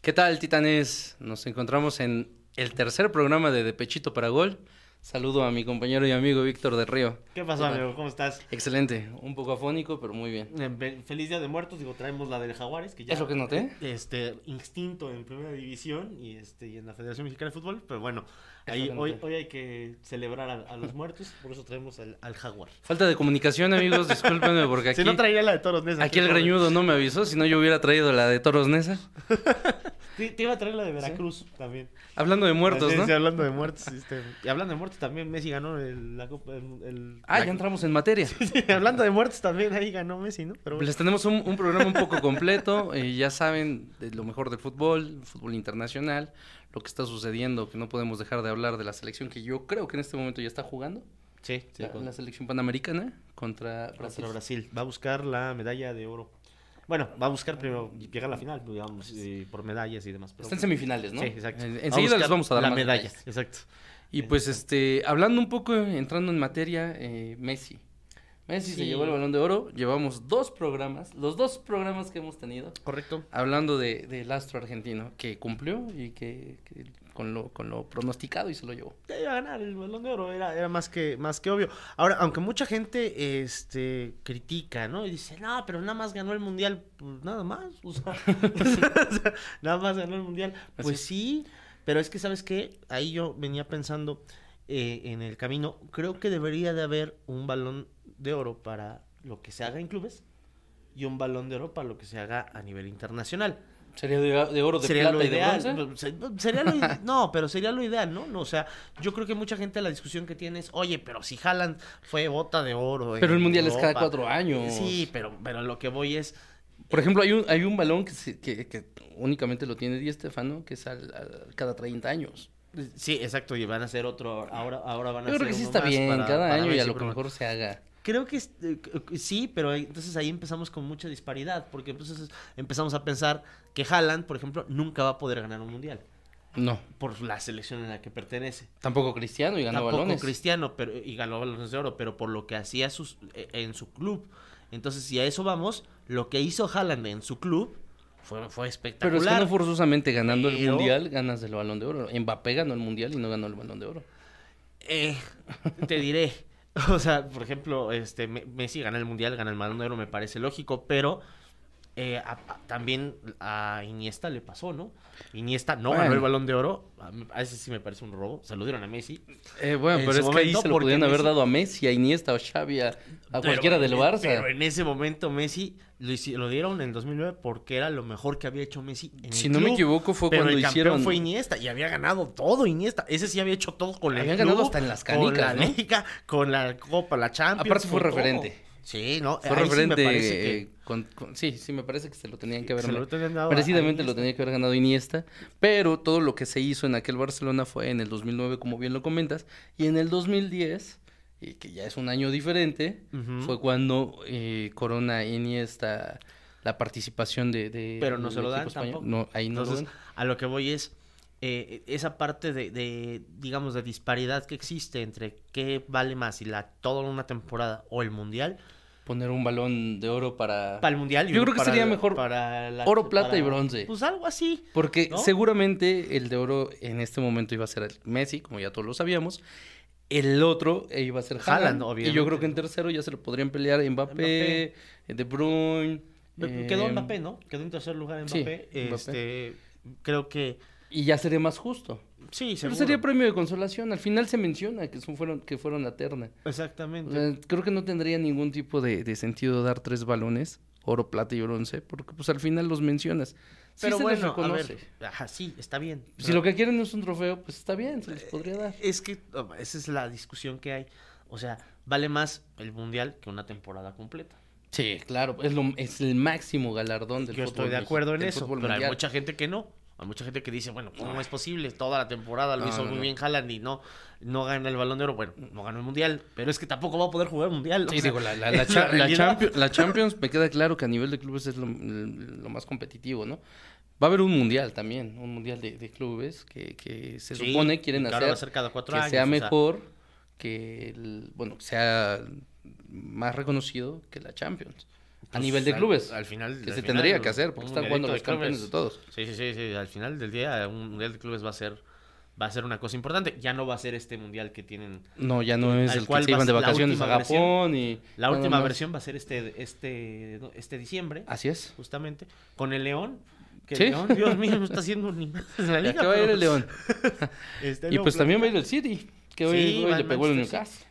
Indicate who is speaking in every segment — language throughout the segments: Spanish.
Speaker 1: ¿Qué tal, titanes? Nos encontramos en el tercer programa de De Pechito para Gol. Saludo a mi compañero y amigo Víctor del Río.
Speaker 2: ¿Qué pasó, amigo? ¿Cómo estás?
Speaker 1: Excelente, un poco afónico, pero muy bien.
Speaker 2: Eh, be- Feliz Día de Muertos, digo, traemos la del Jaguares, que ya
Speaker 1: ¿Es lo que noté?
Speaker 2: este instinto en Primera División y este y en la Federación Mexicana de Fútbol, pero bueno,
Speaker 1: Es
Speaker 2: ahí
Speaker 1: lo que
Speaker 2: hoy
Speaker 1: noté.
Speaker 2: hoy hay que celebrar a, a los muertos, por eso traemos al, al Jaguar.
Speaker 1: Falta de comunicación, amigos, discúlpenme porque aquí,
Speaker 2: si no traía la de Toros Nesa.
Speaker 1: aquí el
Speaker 2: pobre.
Speaker 1: greñudo no me avisó, si no yo hubiera traído la de Toros Nesa.
Speaker 2: Te, te iba a traer la de Veracruz también.
Speaker 1: Hablando de muertos,
Speaker 2: Sí,
Speaker 1: ¿no?
Speaker 2: sí, hablando de muertos, este, y hablando de muertos también Messi ganó el, la Copa el- el-
Speaker 1: Ah,
Speaker 2: la-
Speaker 1: ya entramos en materia.
Speaker 2: Sí, hablando de muertos también ahí ganó Messi, ¿no? Pero bueno.
Speaker 1: Les tenemos un, un programa un poco completo, eh, ya saben de lo mejor del fútbol, fútbol internacional, lo que está sucediendo, que no podemos dejar de hablar de la selección que yo creo que en este momento ya está jugando,
Speaker 2: sí, sí,
Speaker 1: la,
Speaker 2: con-
Speaker 1: la selección panamericana contra Brasil.
Speaker 2: contra Brasil. Va a buscar la medalla de oro. Bueno, va a buscar primero llegar a la final, digamos, y por medallas y demás. pero-
Speaker 1: Está en semifinales, ¿no?
Speaker 2: Sí, exacto.
Speaker 1: Eh,
Speaker 2: Va a
Speaker 1: Enseguida les
Speaker 2: buscar
Speaker 1: vamos a dar
Speaker 2: la
Speaker 1: más
Speaker 2: medalla.
Speaker 1: detalles.
Speaker 2: Exacto.
Speaker 1: Y pues, este, hablando un poco, entrando en materia, eh, Messi. Messi se
Speaker 2: Sí.
Speaker 1: llevó el balón de oro. Llevamos dos programas, los dos programas que hemos tenido,
Speaker 2: Correcto.
Speaker 1: hablando de, del astro argentino, que cumplió y que, que con, lo, con lo pronosticado y se lo llevó.
Speaker 2: Ya iba a ganar el balón de oro, era, era más, que, más que obvio. Ahora, aunque mucha gente este, critica, ¿no? Y dice, no, pero nada más ganó el mundial, pues nada más. O sea, o sea, nada más ganó el mundial.
Speaker 1: Así
Speaker 2: Pues
Speaker 1: es.
Speaker 2: sí, pero es que, ¿sabes qué? Ahí yo venía pensando eh, en el camino, creo que debería de haber un balón de oro para lo que se haga en clubes y un balón de oro para lo que se haga a nivel internacional
Speaker 1: Sería de, oro, de
Speaker 2: sería
Speaker 1: plata
Speaker 2: lo
Speaker 1: y de
Speaker 2: ideal.
Speaker 1: bronce.
Speaker 2: no, se- no, sería lo ide- no, pero sería lo ideal, ¿no? ¿no? O sea, yo creo que mucha gente la discusión que tiene es, oye, pero si Haaland fue bota de oro. en
Speaker 1: Pero el mundial es cada
Speaker 2: Europa".
Speaker 1: cuatro años.
Speaker 2: Sí, pero, pero lo que voy es.
Speaker 1: Por ejemplo, hay un, hay un balón que, se- que, que únicamente lo tiene Di Stefano, que es al- al- cada 30 años.
Speaker 2: Sí, exacto, y van a hacer otro. Ahora, ahora van a
Speaker 1: Yo creo
Speaker 2: hacer
Speaker 1: que sí
Speaker 2: uno
Speaker 1: está
Speaker 2: más
Speaker 1: bien,
Speaker 2: para-
Speaker 1: cada
Speaker 2: para
Speaker 1: año y a
Speaker 2: Messi,
Speaker 1: lo que
Speaker 2: pero-
Speaker 1: mejor se haga.
Speaker 2: Creo que es- eh, c- sí, pero ahí- entonces ahí empezamos con mucha disparidad, porque entonces empezamos a pensar que Haaland, por ejemplo, nunca va a poder ganar un mundial
Speaker 1: No,
Speaker 2: por la selección en la que pertenece.
Speaker 1: tampoco Cristiano y ganó
Speaker 2: tampoco
Speaker 1: balones.
Speaker 2: cristiano pero y ganó balones de oro pero por lo que hacía sus, eh, en su club entonces si a eso vamos lo que hizo Haaland en su club fue, fue
Speaker 1: Pero
Speaker 2: espectacular
Speaker 1: es que no forzosamente ganando el
Speaker 2: Pero-
Speaker 1: mundial ganas el balón de oro. Mbappé ganó el mundial y no ganó el balón de oro.
Speaker 2: Eh, te diré o sea por ejemplo este Me- Messi gana el mundial gana el balón de oro me parece lógico pero eh, a- a- también a Iniesta le pasó no Iniesta no ganó
Speaker 1: Bueno.
Speaker 2: el balón de oro a, mí- a ese sí me parece un robo se lo dieron a Messi
Speaker 1: Eh, bueno,
Speaker 2: En
Speaker 1: pero
Speaker 2: su
Speaker 1: es que ahí
Speaker 2: momento,
Speaker 1: se lo
Speaker 2: porque
Speaker 1: pudieron haber
Speaker 2: Messi-
Speaker 1: dado a Messi, a Iniesta, a Xavi, a, a
Speaker 2: Pero
Speaker 1: cualquiera del
Speaker 2: en-
Speaker 1: Barça.
Speaker 2: Pero en ese momento Messi lo, hici- lo dieron en 2009 porque era lo mejor que había hecho Messi. En el
Speaker 1: Si no me
Speaker 2: club.
Speaker 1: equivoco, fue
Speaker 2: Pero
Speaker 1: cuando
Speaker 2: el campeón
Speaker 1: hicieron-
Speaker 2: fue Iniesta y había ganado todo Iniesta. Ese sí había hecho todo con el
Speaker 1: Habían
Speaker 2: club,
Speaker 1: ganado hasta en las
Speaker 2: con la
Speaker 1: canicas, ¿no?
Speaker 2: Liga, con la Copa, la Champions.
Speaker 1: Aparte fue
Speaker 2: con todo.
Speaker 1: referente.
Speaker 2: Sí, no.
Speaker 1: Fue
Speaker 2: ahí sí me
Speaker 1: referente.
Speaker 2: parece que-
Speaker 1: eh, con- con- sí, sí, me parece que se lo tenían que haber.
Speaker 2: Se lo tenían dado a-
Speaker 1: Precisamente
Speaker 2: a
Speaker 1: lo
Speaker 2: Iniesta.
Speaker 1: tenía que haber ganado Iniesta. Pero todo lo que se hizo en aquel Barcelona fue en el 2009, como bien lo comentas. Y en el 2010, y que ya es un año diferente,
Speaker 2: Ujú.
Speaker 1: fue cuando eh, Corona Iniesta la participación de. de-
Speaker 2: Pero no
Speaker 1: del
Speaker 2: se lo dan
Speaker 1: equipo español.
Speaker 2: tampoco.
Speaker 1: No, ahí no lo
Speaker 2: Entonces,
Speaker 1: dan.
Speaker 2: a lo que voy es eh, esa parte de, de, digamos, de disparidad que existe entre qué vale más, si la toda una temporada o el mundial,
Speaker 1: Poner un balón de oro para.
Speaker 2: para el mundial. y
Speaker 1: Yo
Speaker 2: uno
Speaker 1: creo que
Speaker 2: para-
Speaker 1: sería mejor
Speaker 2: para la-
Speaker 1: oro, plata
Speaker 2: para-
Speaker 1: y bronce.
Speaker 2: Pues algo así.
Speaker 1: Porque
Speaker 2: ¿No?
Speaker 1: seguramente el de oro en este momento iba a ser el Messi, como ya todos lo sabíamos. El otro eh, iba a ser
Speaker 2: Haaland,
Speaker 1: Haaland. y yo creo
Speaker 2: obviamente.
Speaker 1: que en tercero ya se lo podrían pelear Mbappé, De Bruyne. eh,
Speaker 2: Quedó Mbappé, ¿no? Quedó en tercer lugar
Speaker 1: sí,
Speaker 2: Mbappé.
Speaker 1: Mbappé.
Speaker 2: Este, creo que
Speaker 1: Y ya sería más justo.
Speaker 2: sí,
Speaker 1: Pero
Speaker 2: seguro.
Speaker 1: sería premio de consolación. Al final se menciona que, son, fueron, que fueron la terna. O
Speaker 2: Exactamente.
Speaker 1: sea, creo que no tendría ningún tipo de, de sentido dar tres balones, oro, plata y bronce, porque pues al final los mencionas. Sí
Speaker 2: Pero
Speaker 1: se les
Speaker 2: bueno, a
Speaker 1: reconoce.
Speaker 2: ver, Ah. ajá, sí, está bien.
Speaker 1: Si lo que quieren es un trofeo, pues está bien, se les podría dar.
Speaker 2: Es que oh, esa es la discusión que hay. O sea, vale más el mundial que una temporada completa.
Speaker 1: Sí, claro, es, lo, es el máximo galardón del
Speaker 2: Yo
Speaker 1: fútbol
Speaker 2: estoy de
Speaker 1: mexi-
Speaker 2: acuerdo en
Speaker 1: del
Speaker 2: eso,
Speaker 1: fútbol
Speaker 2: pero hay
Speaker 1: mundial. Ah.
Speaker 2: mucha gente que no. Hay mucha gente que dice, bueno, ¿cómo es posible? Toda la temporada lo
Speaker 1: No,
Speaker 2: hizo
Speaker 1: no,
Speaker 2: muy
Speaker 1: no.
Speaker 2: bien Haaland y no, no gana el Balón de Oro. Bueno, no ganó el Mundial, pero es que tampoco va a poder jugar el Mundial.
Speaker 1: Sí,
Speaker 2: o sea,
Speaker 1: digo, la, la-
Speaker 2: es
Speaker 1: la cha- la
Speaker 2: realidad.
Speaker 1: Champions, la Champions me queda claro que a nivel de clubes es lo, lo más competitivo, ¿no? Va a haber un mundial también, un mundial de, de clubes que, que se
Speaker 2: Sí,
Speaker 1: supone quieren
Speaker 2: y que ahora va a
Speaker 1: hacer
Speaker 2: ser cada cuatro
Speaker 1: que
Speaker 2: años,
Speaker 1: sea
Speaker 2: o
Speaker 1: mejor, que el- bueno, que sea más reconocido que la Champions. a nivel de
Speaker 2: pues, al-
Speaker 1: clubes.
Speaker 2: al final-
Speaker 1: Que
Speaker 2: al
Speaker 1: se
Speaker 2: final,
Speaker 1: tendría que
Speaker 2: un-
Speaker 1: hacer, porque
Speaker 2: un
Speaker 1: están jugando
Speaker 2: mundialito
Speaker 1: los
Speaker 2: de
Speaker 1: campeones
Speaker 2: clubes.
Speaker 1: de todos.
Speaker 2: Sí, sí, sí, sí, Al final del día, un mundial de clubes va a ser, va a ser una cosa importante. Ya no va a ser este mundial que tienen.
Speaker 1: No, ya no es
Speaker 2: Al
Speaker 1: el que
Speaker 2: cual
Speaker 1: se iban
Speaker 2: vas-
Speaker 1: de
Speaker 2: la
Speaker 1: vacaciones a
Speaker 2: última versión.
Speaker 1: Japón y...
Speaker 2: La
Speaker 1: nada
Speaker 2: última
Speaker 1: más.
Speaker 2: versión va a ser este, este, no, este diciembre,
Speaker 1: Así es.
Speaker 2: justamente, con el León. Que
Speaker 1: Sí.
Speaker 2: el León, Dios mío, no está haciendo ni más en la liga.
Speaker 1: Ya que va a ir
Speaker 2: pero, pues,
Speaker 1: el León.
Speaker 2: este,
Speaker 1: Y
Speaker 2: no,
Speaker 1: pues
Speaker 2: pero-
Speaker 1: también va a ir el City, que hoy,
Speaker 2: Sí,
Speaker 1: hoy
Speaker 2: va
Speaker 1: le
Speaker 2: el
Speaker 1: pegó el
Speaker 2: Manchester
Speaker 1: Newcastle.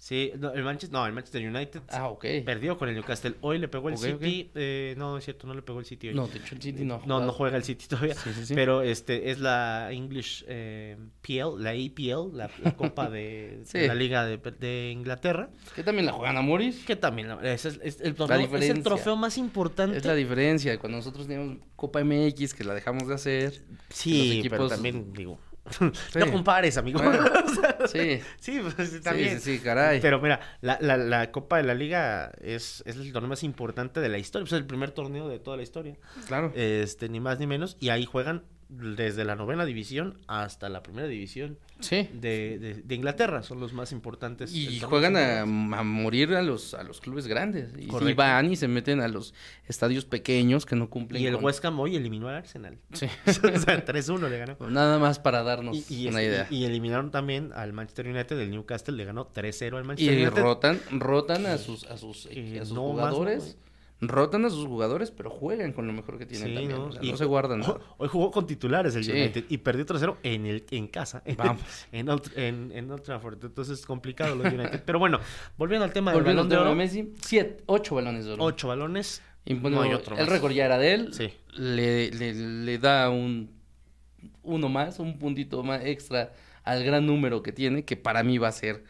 Speaker 2: Sí, no, el Manchester, no, el Manchester United
Speaker 1: Ah, ok.
Speaker 2: perdió con el Newcastle. Hoy le pegó el
Speaker 1: Ok,
Speaker 2: City.
Speaker 1: ok.
Speaker 2: eh, no, es cierto, no le pegó el City hoy.
Speaker 1: No, de hecho el City no ha
Speaker 2: No,
Speaker 1: jugado.
Speaker 2: no juega el City todavía.
Speaker 1: Sí, sí, sí.
Speaker 2: Pero este es la English eh, PL, la EPL, la, la copa de, de
Speaker 1: Sí.
Speaker 2: la Liga de, de Inglaterra.
Speaker 1: Que también la juegan a Moris.
Speaker 2: Que también la- ese es, es el torneo- es el
Speaker 1: diferencia.
Speaker 2: trofeo más importante.
Speaker 1: Es la diferencia de cuando nosotros teníamos Copa MX, que la dejamos de hacer.
Speaker 2: sí,
Speaker 1: los
Speaker 2: pero
Speaker 1: equipos-
Speaker 2: también digo.
Speaker 1: Sí.
Speaker 2: No compares, amigo.
Speaker 1: Bueno,
Speaker 2: O sea,
Speaker 1: Sí,
Speaker 2: sí, pues, sí,
Speaker 1: sí,
Speaker 2: también.
Speaker 1: sí, sí, caray.
Speaker 2: Pero mira, la, la- la Copa de la Liga es, es el torneo más importante de la historia. Pues, es el primer torneo de toda la historia.
Speaker 1: Claro.
Speaker 2: Este, ni más ni menos. Y ahí juegan desde la novena división hasta la primera división.
Speaker 1: Sí.
Speaker 2: de, de- de Inglaterra, son los más importantes.
Speaker 1: Y
Speaker 2: el torneo
Speaker 1: juegan a, a
Speaker 2: importante.
Speaker 1: morir a los, a los clubes grandes. Y,
Speaker 2: Correcto.
Speaker 1: y van y se meten a los estadios pequeños que no cumplen
Speaker 2: Y el
Speaker 1: con-
Speaker 2: West Ham hoy eliminó al Arsenal.
Speaker 1: Sí.
Speaker 2: o sea, 3-1 le ganó.
Speaker 1: Nada más para darnos
Speaker 2: Y, y-
Speaker 1: una
Speaker 2: y-
Speaker 1: idea.
Speaker 2: y eliminaron también al Manchester United, el Newcastle le ganó 3-0 al
Speaker 1: Y,
Speaker 2: Manchester United.
Speaker 1: rotan, rotan a sus, a sus,
Speaker 2: que
Speaker 1: a sus
Speaker 2: no más,
Speaker 1: jugadores. rotan a sus jugadores, pero juegan con lo mejor que
Speaker 2: Sí,
Speaker 1: tienen también.
Speaker 2: ¿no?
Speaker 1: o sea,
Speaker 2: Y- Oh,
Speaker 1: no se guardan
Speaker 2: Hoy,
Speaker 1: nada.
Speaker 2: hoy jugó con titulares el
Speaker 1: Sí.
Speaker 2: United y perdió 3-0 en, el- en casa. en-
Speaker 1: Vamos.
Speaker 2: En, Old- en, en Old Trafford. Entonces es complicado los United. Pero bueno, volviendo al tema del
Speaker 1: Volviendo
Speaker 2: balón de
Speaker 1: al tema
Speaker 2: oro.
Speaker 1: de Messi, siete, ocho balones de oro.
Speaker 2: Ocho balones.
Speaker 1: Y bueno,
Speaker 2: No hay otro
Speaker 1: el
Speaker 2: más.
Speaker 1: récord ya era de él.
Speaker 2: Sí.
Speaker 1: Le, le- le da un uno más, un puntito más extra al gran número que tiene, que para mí va a ser,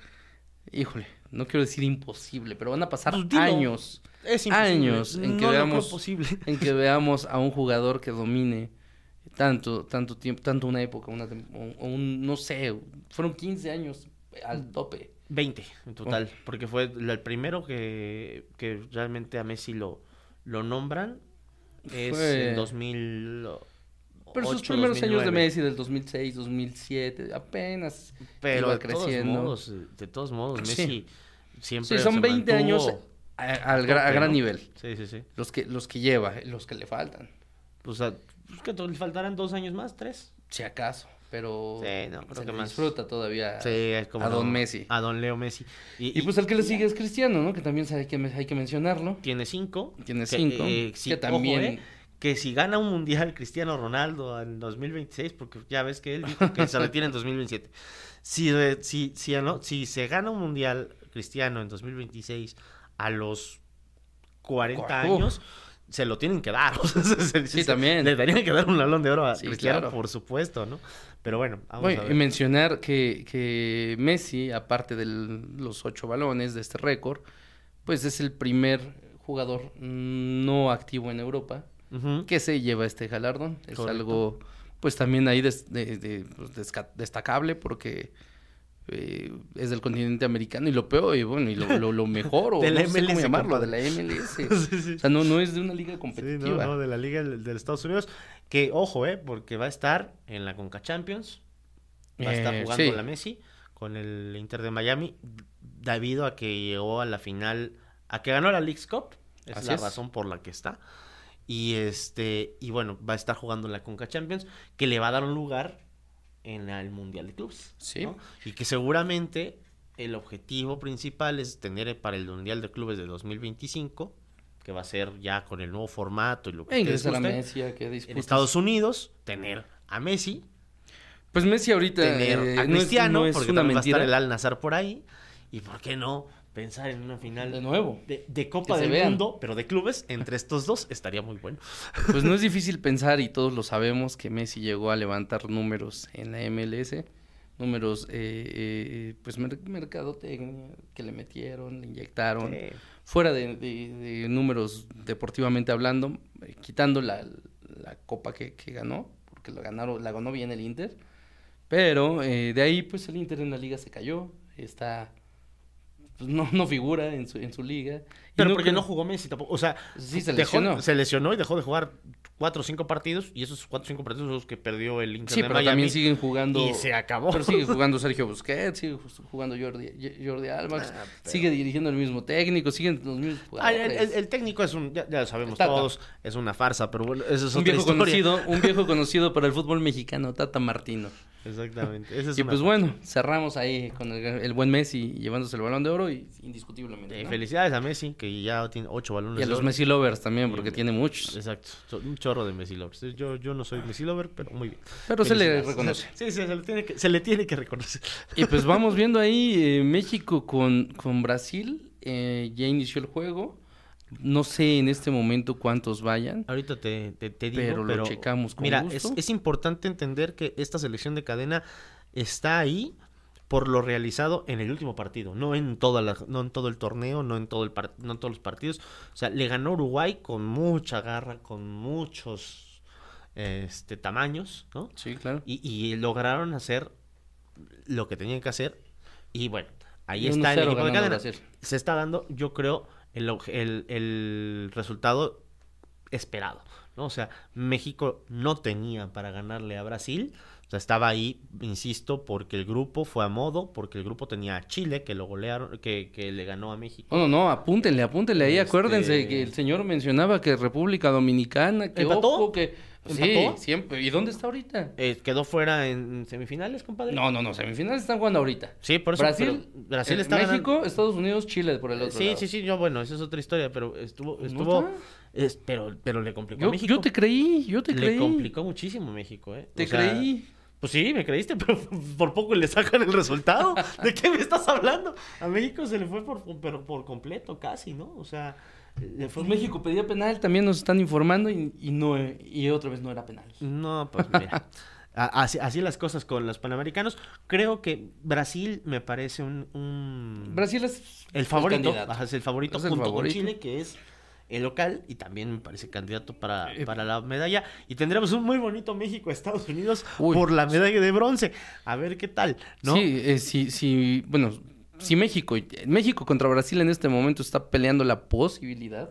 Speaker 1: híjole, no quiero decir imposible, pero van a pasar
Speaker 2: Pues dilo.
Speaker 1: años
Speaker 2: Es imposible.
Speaker 1: Años en que
Speaker 2: no lo creo
Speaker 1: veamos-
Speaker 2: posible.
Speaker 1: en que veamos a un jugador que domine tanto, tanto tiempo, tanto una época, una, tem- o- o un, no sé, fueron 15 años al tope.
Speaker 2: 20 en total,
Speaker 1: Oh.
Speaker 2: porque fue la- el primero que, que realmente a Messi lo, lo nombran es
Speaker 1: Fue-
Speaker 2: en 2000
Speaker 1: Pero sus
Speaker 2: ocho,
Speaker 1: primeros años de
Speaker 2: 2009.
Speaker 1: Messi del 2006, 2007, apenas
Speaker 2: pero
Speaker 1: iba
Speaker 2: de todos
Speaker 1: creciendo.
Speaker 2: modos, de todos modos
Speaker 1: Sí.
Speaker 2: Messi siempre
Speaker 1: Sí, son
Speaker 2: se
Speaker 1: 20 años
Speaker 2: mantuvo
Speaker 1: a, al gra- a
Speaker 2: tope,
Speaker 1: gran
Speaker 2: ¿no?
Speaker 1: nivel.
Speaker 2: Sí, sí, sí.
Speaker 1: Los que, los que lleva, eh, los que le faltan,
Speaker 2: Pues, a- pues que to- le faltarán dos años más, tres.
Speaker 1: si acaso. Pero
Speaker 2: Sí, no, creo
Speaker 1: se
Speaker 2: que
Speaker 1: le
Speaker 2: más.
Speaker 1: disfruta todavía.
Speaker 2: Sí, es como
Speaker 1: Ah, a don
Speaker 2: no,
Speaker 1: Messi.
Speaker 2: A Don Leo Messi.
Speaker 1: Y pues el que le sigue es Cristiano, ¿no? Que también hay que, hay que mencionarlo.
Speaker 2: tiene cinco.
Speaker 1: Tiene
Speaker 2: que,
Speaker 1: cinco,
Speaker 2: eh,
Speaker 1: que
Speaker 2: sí, ojo,
Speaker 1: también-
Speaker 2: eh, que si gana un mundial Cristiano Ronaldo en 2026, porque ya ves que él dijo que se retira en 2027. Si, re- si, si, ano- si se gana un mundial Cristiano en 2026 a los 40
Speaker 1: Uf.
Speaker 2: años, se lo tienen que dar. o sea, se- se-
Speaker 1: Sí,
Speaker 2: se-
Speaker 1: también.
Speaker 2: Le darían que dar un balón de oro a
Speaker 1: Sí,
Speaker 2: Cristiano,
Speaker 1: claro.
Speaker 2: por supuesto, ¿no? Pero bueno, vamos
Speaker 1: Bueno,
Speaker 2: a
Speaker 1: y
Speaker 2: ver.
Speaker 1: mencionar que, que Messi, aparte de los ocho balones de este récord, pues es el primer jugador no activo en Europa
Speaker 2: Ujú.
Speaker 1: que se lleva este galardón. Es
Speaker 2: Correcto.
Speaker 1: algo, pues también ahí des- de- de- pues, desca- destacable porque eh, es del continente americano y lo peor, y bueno, y lo, lo- lo mejor, o
Speaker 2: De la
Speaker 1: no sé cómo
Speaker 2: MLS,
Speaker 1: llamarlo, de
Speaker 2: compadre.
Speaker 1: la MLS.
Speaker 2: Sí, sí.
Speaker 1: O sea, no, no es de una liga
Speaker 2: Sí,
Speaker 1: competitiva.
Speaker 2: no, no, de la Liga del- de los Estados Unidos. Que, ojo, eh, porque va a estar en la Conca Champions. Va a estar
Speaker 1: Eh,
Speaker 2: jugando
Speaker 1: sí.
Speaker 2: la Messi con el Inter de Miami. Debido a que llegó a la final, a que ganó la League's Cup. Es
Speaker 1: Así
Speaker 2: la
Speaker 1: es.
Speaker 2: razón por la que está. Y este, y bueno, va a estar jugando en la Conca Champions, que le va a dar un lugar en el Mundial de Clubes.
Speaker 1: Sí.
Speaker 2: ¿no? Y que seguramente el objetivo principal es tener eh, para el Mundial de Clubes de 2025, que va a ser ya con el nuevo formato y lo que
Speaker 1: E
Speaker 2: ustedes
Speaker 1: ingresar a
Speaker 2: gusten,
Speaker 1: Messi a que
Speaker 2: en
Speaker 1: disputa.
Speaker 2: Estados Unidos, tener a Messi,
Speaker 1: Pues Messi ahorita
Speaker 2: tener
Speaker 1: eh, no
Speaker 2: a
Speaker 1: es-
Speaker 2: Cristiano,
Speaker 1: no es,
Speaker 2: porque
Speaker 1: una
Speaker 2: también
Speaker 1: mentira.
Speaker 2: va a estar el Al Nazar por ahí, y por qué no pensar en una final
Speaker 1: De nuevo.
Speaker 2: de, de Copa
Speaker 1: Que se
Speaker 2: del
Speaker 1: vean.
Speaker 2: Mundo, pero de clubes, entre estos dos estaría muy bueno.
Speaker 1: Pues no es difícil pensar, y todos lo sabemos, que Messi llegó a levantar números en la MLS, números, eh, eh, pues mer- mercadotecnia, que le metieron, le inyectaron,
Speaker 2: Sí.
Speaker 1: fuera de, de- de números deportivamente hablando, eh, quitando la, la copa que, que ganó, porque la, ganaron, la ganó bien el Inter, pero eh, de ahí pues el Inter en la liga se cayó, está pues, no, no figura en su, en su liga. Y
Speaker 2: Pero porque
Speaker 1: creo-
Speaker 2: no jugó Messi tampoco. O sea,
Speaker 1: Sí, se
Speaker 2: dejó-
Speaker 1: lesionó.
Speaker 2: se lesionó y dejó de jugar cuatro o cinco partidos. Y esos cuatro o cinco partidos son los que perdió el Inter
Speaker 1: Sí,
Speaker 2: de
Speaker 1: pero
Speaker 2: Miami.
Speaker 1: también siguen jugando.
Speaker 2: Y se acabó.
Speaker 1: Pero sigue jugando Sergio Busquets, sigue jugando Jordi, Jordi Alba, sigue dirigiendo el mismo técnico, siguen los mismos
Speaker 2: Ah, el,
Speaker 1: jugadores.
Speaker 2: el- el técnico es un, ya, ya lo sabemos
Speaker 1: Tata.
Speaker 2: todos, es una farsa, pero bueno, eso es
Speaker 1: un
Speaker 2: otra
Speaker 1: viejo
Speaker 2: historia.
Speaker 1: conocido, un viejo conocido para el fútbol mexicano, Tata Martino.
Speaker 2: Exactamente. Esa es
Speaker 1: y
Speaker 2: una
Speaker 1: pues
Speaker 2: farsa.
Speaker 1: bueno, cerramos ahí con el, el buen Messi llevándose el balón de oro y indiscutiblemente.
Speaker 2: Eh,
Speaker 1: ¿no?
Speaker 2: Felicidades a Messi, que ya tiene ocho balones.
Speaker 1: Y a
Speaker 2: de
Speaker 1: los
Speaker 2: oro.
Speaker 1: Messi lovers también, porque tiene muchos.
Speaker 2: Exacto, so- un chorro de Messi lovers. Yo, yo no soy Messi lover, pero muy bien.
Speaker 1: Pero se le
Speaker 2: Felicidades.
Speaker 1: reconoce.
Speaker 2: Sí, sí, se le tiene que, se le tiene que reconocer.
Speaker 1: Y pues vamos viendo ahí eh, México con, con Brasil. eh, ya inició el juego. No sé en este momento cuántos vayan.
Speaker 2: Ahorita te, te, te digo,
Speaker 1: Pero
Speaker 2: pero,
Speaker 1: lo checamos con
Speaker 2: mira,
Speaker 1: gusto.
Speaker 2: Es, es importante entender que esta selección de cadena está ahí por lo realizado en el último partido, no en toda la, no en todo el torneo, no en todo el par- no en todos los partidos, o sea, le ganó Uruguay con mucha garra, con muchos este tamaños, ¿no?
Speaker 1: Sí, claro.
Speaker 2: Y, y lograron hacer lo que tenían que hacer y bueno, ahí
Speaker 1: Y
Speaker 2: está el
Speaker 1: 1-0
Speaker 2: equipo de
Speaker 1: ganando
Speaker 2: cadena
Speaker 1: Brasil.
Speaker 2: se está dando, yo creo, el, obje- el, el resultado esperado. ¿no? O sea, México no tenía para ganarle a Brasil. O sea, estaba ahí, insisto, porque el grupo fue a modo, porque el grupo tenía a Chile, que lo golearon, que, que le ganó a México.
Speaker 1: No, no, no, apúntenle, apúntenle ahí. Acuérdense
Speaker 2: Este-
Speaker 1: que el señor mencionaba que República Dominicana, que
Speaker 2: ¿Empató?
Speaker 1: ojo, que... Sí,
Speaker 2: ¿Empató?
Speaker 1: siempre. ¿Y dónde está ahorita?
Speaker 2: Eh, quedó fuera en semifinales, compadre.
Speaker 1: No, no, no, semifinales están jugando ahorita.
Speaker 2: Sí, por eso.
Speaker 1: Brasil,
Speaker 2: pero Brasil
Speaker 1: eh,
Speaker 2: está ganando.
Speaker 1: México, Estados Unidos, Chile por el otro
Speaker 2: sí,
Speaker 1: lado.
Speaker 2: sí, sí, yo, bueno, esa es otra historia, pero estuvo,
Speaker 1: ¿No
Speaker 2: estuvo,
Speaker 1: está?
Speaker 2: es- pero, pero le complicó a
Speaker 1: Yo,
Speaker 2: México.
Speaker 1: yo te creí, yo te
Speaker 2: le
Speaker 1: creí.
Speaker 2: complicó muchísimo a México, ¿eh?
Speaker 1: Te
Speaker 2: O sea,
Speaker 1: creí.
Speaker 2: Pues sí, me creíste, pero por poco le sacan el resultado. ¿De qué me estás hablando? A México se le fue por, pero por completo, casi, ¿no? O sea, le fue
Speaker 1: Pues México pedía penal, también nos están informando y, y no eh, y otra vez no era penal.
Speaker 2: No, pues mira. a- Así, así las cosas con los panamericanos. Creo que Brasil me parece un. un-
Speaker 1: Brasil es
Speaker 2: el favorito.
Speaker 1: candidato.
Speaker 2: ajá, es el favorito
Speaker 1: Es el
Speaker 2: junto
Speaker 1: favorito.
Speaker 2: con Chile, que es el local y también me parece candidato para,
Speaker 1: Eh,
Speaker 2: para la medalla. Y tendremos un muy bonito México-Estados Unidos
Speaker 1: Uy.
Speaker 2: por la medalla de bronce. A ver qué tal, ¿no?
Speaker 1: Sí, eh, sí, sí, bueno, si México, México contra Brasil en este momento está peleando la posibilidad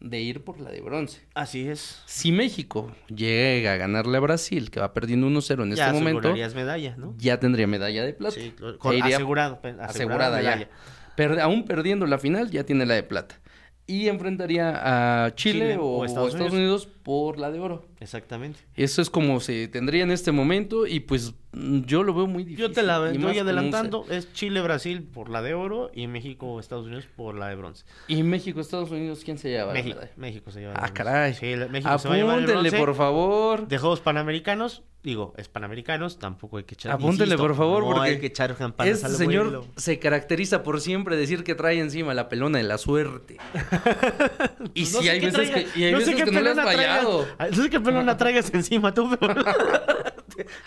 Speaker 1: de ir por la de bronce.
Speaker 2: Así es.
Speaker 1: Si México llega a ganarle a Brasil, que va perdiendo 1-0 en
Speaker 2: ya
Speaker 1: este momento,
Speaker 2: asegurarías medalla, ¿no?
Speaker 1: ya tendría medalla de plata.
Speaker 2: Sí, claro,
Speaker 1: E
Speaker 2: con-
Speaker 1: iría
Speaker 2: asegurado, pe-
Speaker 1: asegurada ya.
Speaker 2: medalla.
Speaker 1: Pero aún perdiendo la final, ya tiene la de plata. Y enfrentaría a Chile,
Speaker 2: Chile
Speaker 1: o, o Estados, Unidos por la de oro.
Speaker 2: Exactamente.
Speaker 1: Eso es como se tendría en este momento y pues mm, yo lo veo muy difícil.
Speaker 2: Yo te la
Speaker 1: y más con
Speaker 2: voy
Speaker 1: un
Speaker 2: adelantando, es Chile-Brasil por la de oro y México-Estados Unidos por la de bronce.
Speaker 1: se- Y México, Estados Unidos, ¿quién se lleva? la
Speaker 2: México,
Speaker 1: medalla?
Speaker 2: México se lleva la
Speaker 1: Ah,
Speaker 2: bronce.
Speaker 1: caray.
Speaker 2: Sí, la- México se va a llevar el
Speaker 1: Apúntenle,
Speaker 2: bronce.
Speaker 1: por favor.
Speaker 2: De Juegos Panamericanos, digo, es Panamericanos, tampoco hay que echar...
Speaker 1: Apúntenle, por favor,
Speaker 2: no
Speaker 1: porque
Speaker 2: hay que echar campanas
Speaker 1: Este
Speaker 2: al
Speaker 1: señor
Speaker 2: vuelo.
Speaker 1: se caracteriza por siempre decir que trae encima la pelona de la suerte. y
Speaker 2: No
Speaker 1: si
Speaker 2: sé
Speaker 1: hay
Speaker 2: qué
Speaker 1: veces
Speaker 2: traiga-
Speaker 1: que, y hay
Speaker 2: no sé
Speaker 1: veces
Speaker 2: qué
Speaker 1: que no le has
Speaker 2: pelona traigas-
Speaker 1: fallado.
Speaker 2: Ah, No sé qué pelona traigas encima tú, pero...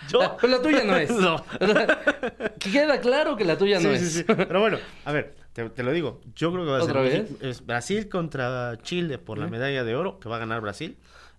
Speaker 2: Yo...
Speaker 1: Pero la tuya no es.
Speaker 2: No.
Speaker 1: Que Queda claro que la tuya no
Speaker 2: Sí,
Speaker 1: es.
Speaker 2: sí, sí. Pero bueno, a ver, te, te lo digo. Yo creo que va a
Speaker 1: ¿Otra
Speaker 2: ser
Speaker 1: vez?
Speaker 2: México- es Brasil contra Chile por la
Speaker 1: Ujú.
Speaker 2: medalla de oro, que va a ganar Brasil.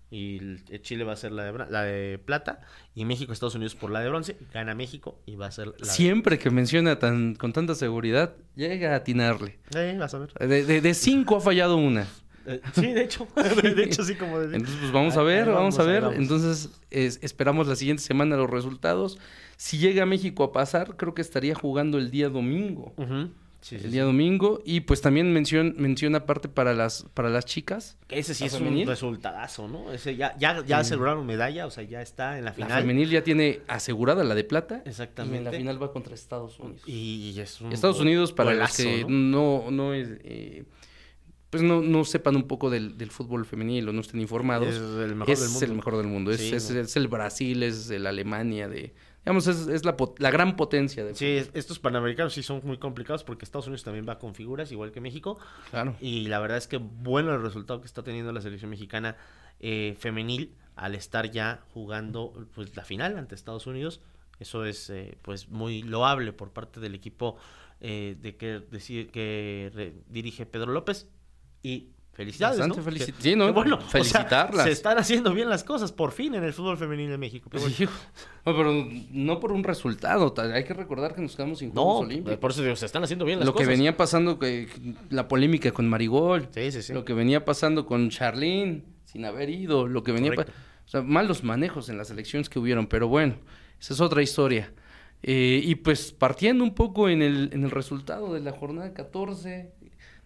Speaker 2: Y el- el Chile va a ser la de, bra- la de plata. Y México, Estados Unidos por la de bronce. Gana México y va a ser la de-
Speaker 1: Siempre que menciona tan, con tanta seguridad, llega a atinarle.
Speaker 2: Eh, vas a ver.
Speaker 1: De, de- de cinco ha fallado una.
Speaker 2: Eh, sí, de hecho. De hecho, sí, como decía.
Speaker 1: Entonces, pues vamos a
Speaker 2: Ahí-
Speaker 1: ver,
Speaker 2: ahí
Speaker 1: vamos, a
Speaker 2: ahí
Speaker 1: ver.
Speaker 2: vamos.
Speaker 1: Entonces, es- esperamos la siguiente semana los resultados. Si llega a México a pasar, creo que estaría jugando el día domingo.
Speaker 2: Ujú. Sí, sí,
Speaker 1: el
Speaker 2: sí.
Speaker 1: día domingo. Y pues también mencion, menciona aparte para las, para las chicas.
Speaker 2: Ese sí
Speaker 1: ¿La
Speaker 2: es
Speaker 1: femenil?
Speaker 2: un resultadazo, ¿no? Ese ya, ya, ya aseguraron medalla, o sea, ya está en la
Speaker 1: La
Speaker 2: final.
Speaker 1: femenil ya tiene asegurada la de plata. Y en la
Speaker 2: Exactamente.
Speaker 1: final va contra Estados Unidos.
Speaker 2: Y, y es un
Speaker 1: Estados
Speaker 2: gol-
Speaker 1: Unidos, para
Speaker 2: golazo,
Speaker 1: los que
Speaker 2: ¿no?
Speaker 1: no, no, es, eh, pues no, no sepan un poco del, del fútbol femenil o no estén informados,
Speaker 2: Es
Speaker 1: es,
Speaker 2: el mejor del mundo.
Speaker 1: el mejor del mundo. Es,
Speaker 2: Sí,
Speaker 1: es-
Speaker 2: ¿no?
Speaker 1: es el Brasil, es el Alemania, de, digamos, es, es la, pot- la gran potencia. De,
Speaker 2: Sí, es- estos panamericanos sí son muy complicados porque Estados Unidos también va con figuras, igual que México.
Speaker 1: Claro.
Speaker 2: Y la verdad es que bueno el resultado que está teniendo la selección mexicana eh, femenil al estar ya jugando pues la final ante Estados Unidos. Eso es eh, pues muy loable por parte del equipo eh, de que, decide- que re- dirige Pedro López. Y Felicidades.
Speaker 1: Bastante
Speaker 2: ¿no?
Speaker 1: felici-
Speaker 2: Que-
Speaker 1: sí, no,
Speaker 2: que bueno, o sea,
Speaker 1: felicitarlas.
Speaker 2: se están haciendo bien las cosas, por fin, en el fútbol femenino de México. Pero bueno.
Speaker 1: Sí, Pues no, pero no por un resultado. ta- Hay que recordar que nos quedamos sin Juegos
Speaker 2: No,
Speaker 1: Olímpicos.
Speaker 2: por eso digo, se están haciendo bien las
Speaker 1: Lo que
Speaker 2: cosas.
Speaker 1: venía pasando, que, la polémica con Marigol,
Speaker 2: Sí, sí, sí.
Speaker 1: lo que venía pasando con Charlene, sin haber ido, lo que venía... pues, pa-
Speaker 2: Correcto.
Speaker 1: o sea, malos manejos en las elecciones que hubieron, pero bueno, esa es otra historia. Eh, y pues partiendo un poco en el, en el resultado de la jornada 14,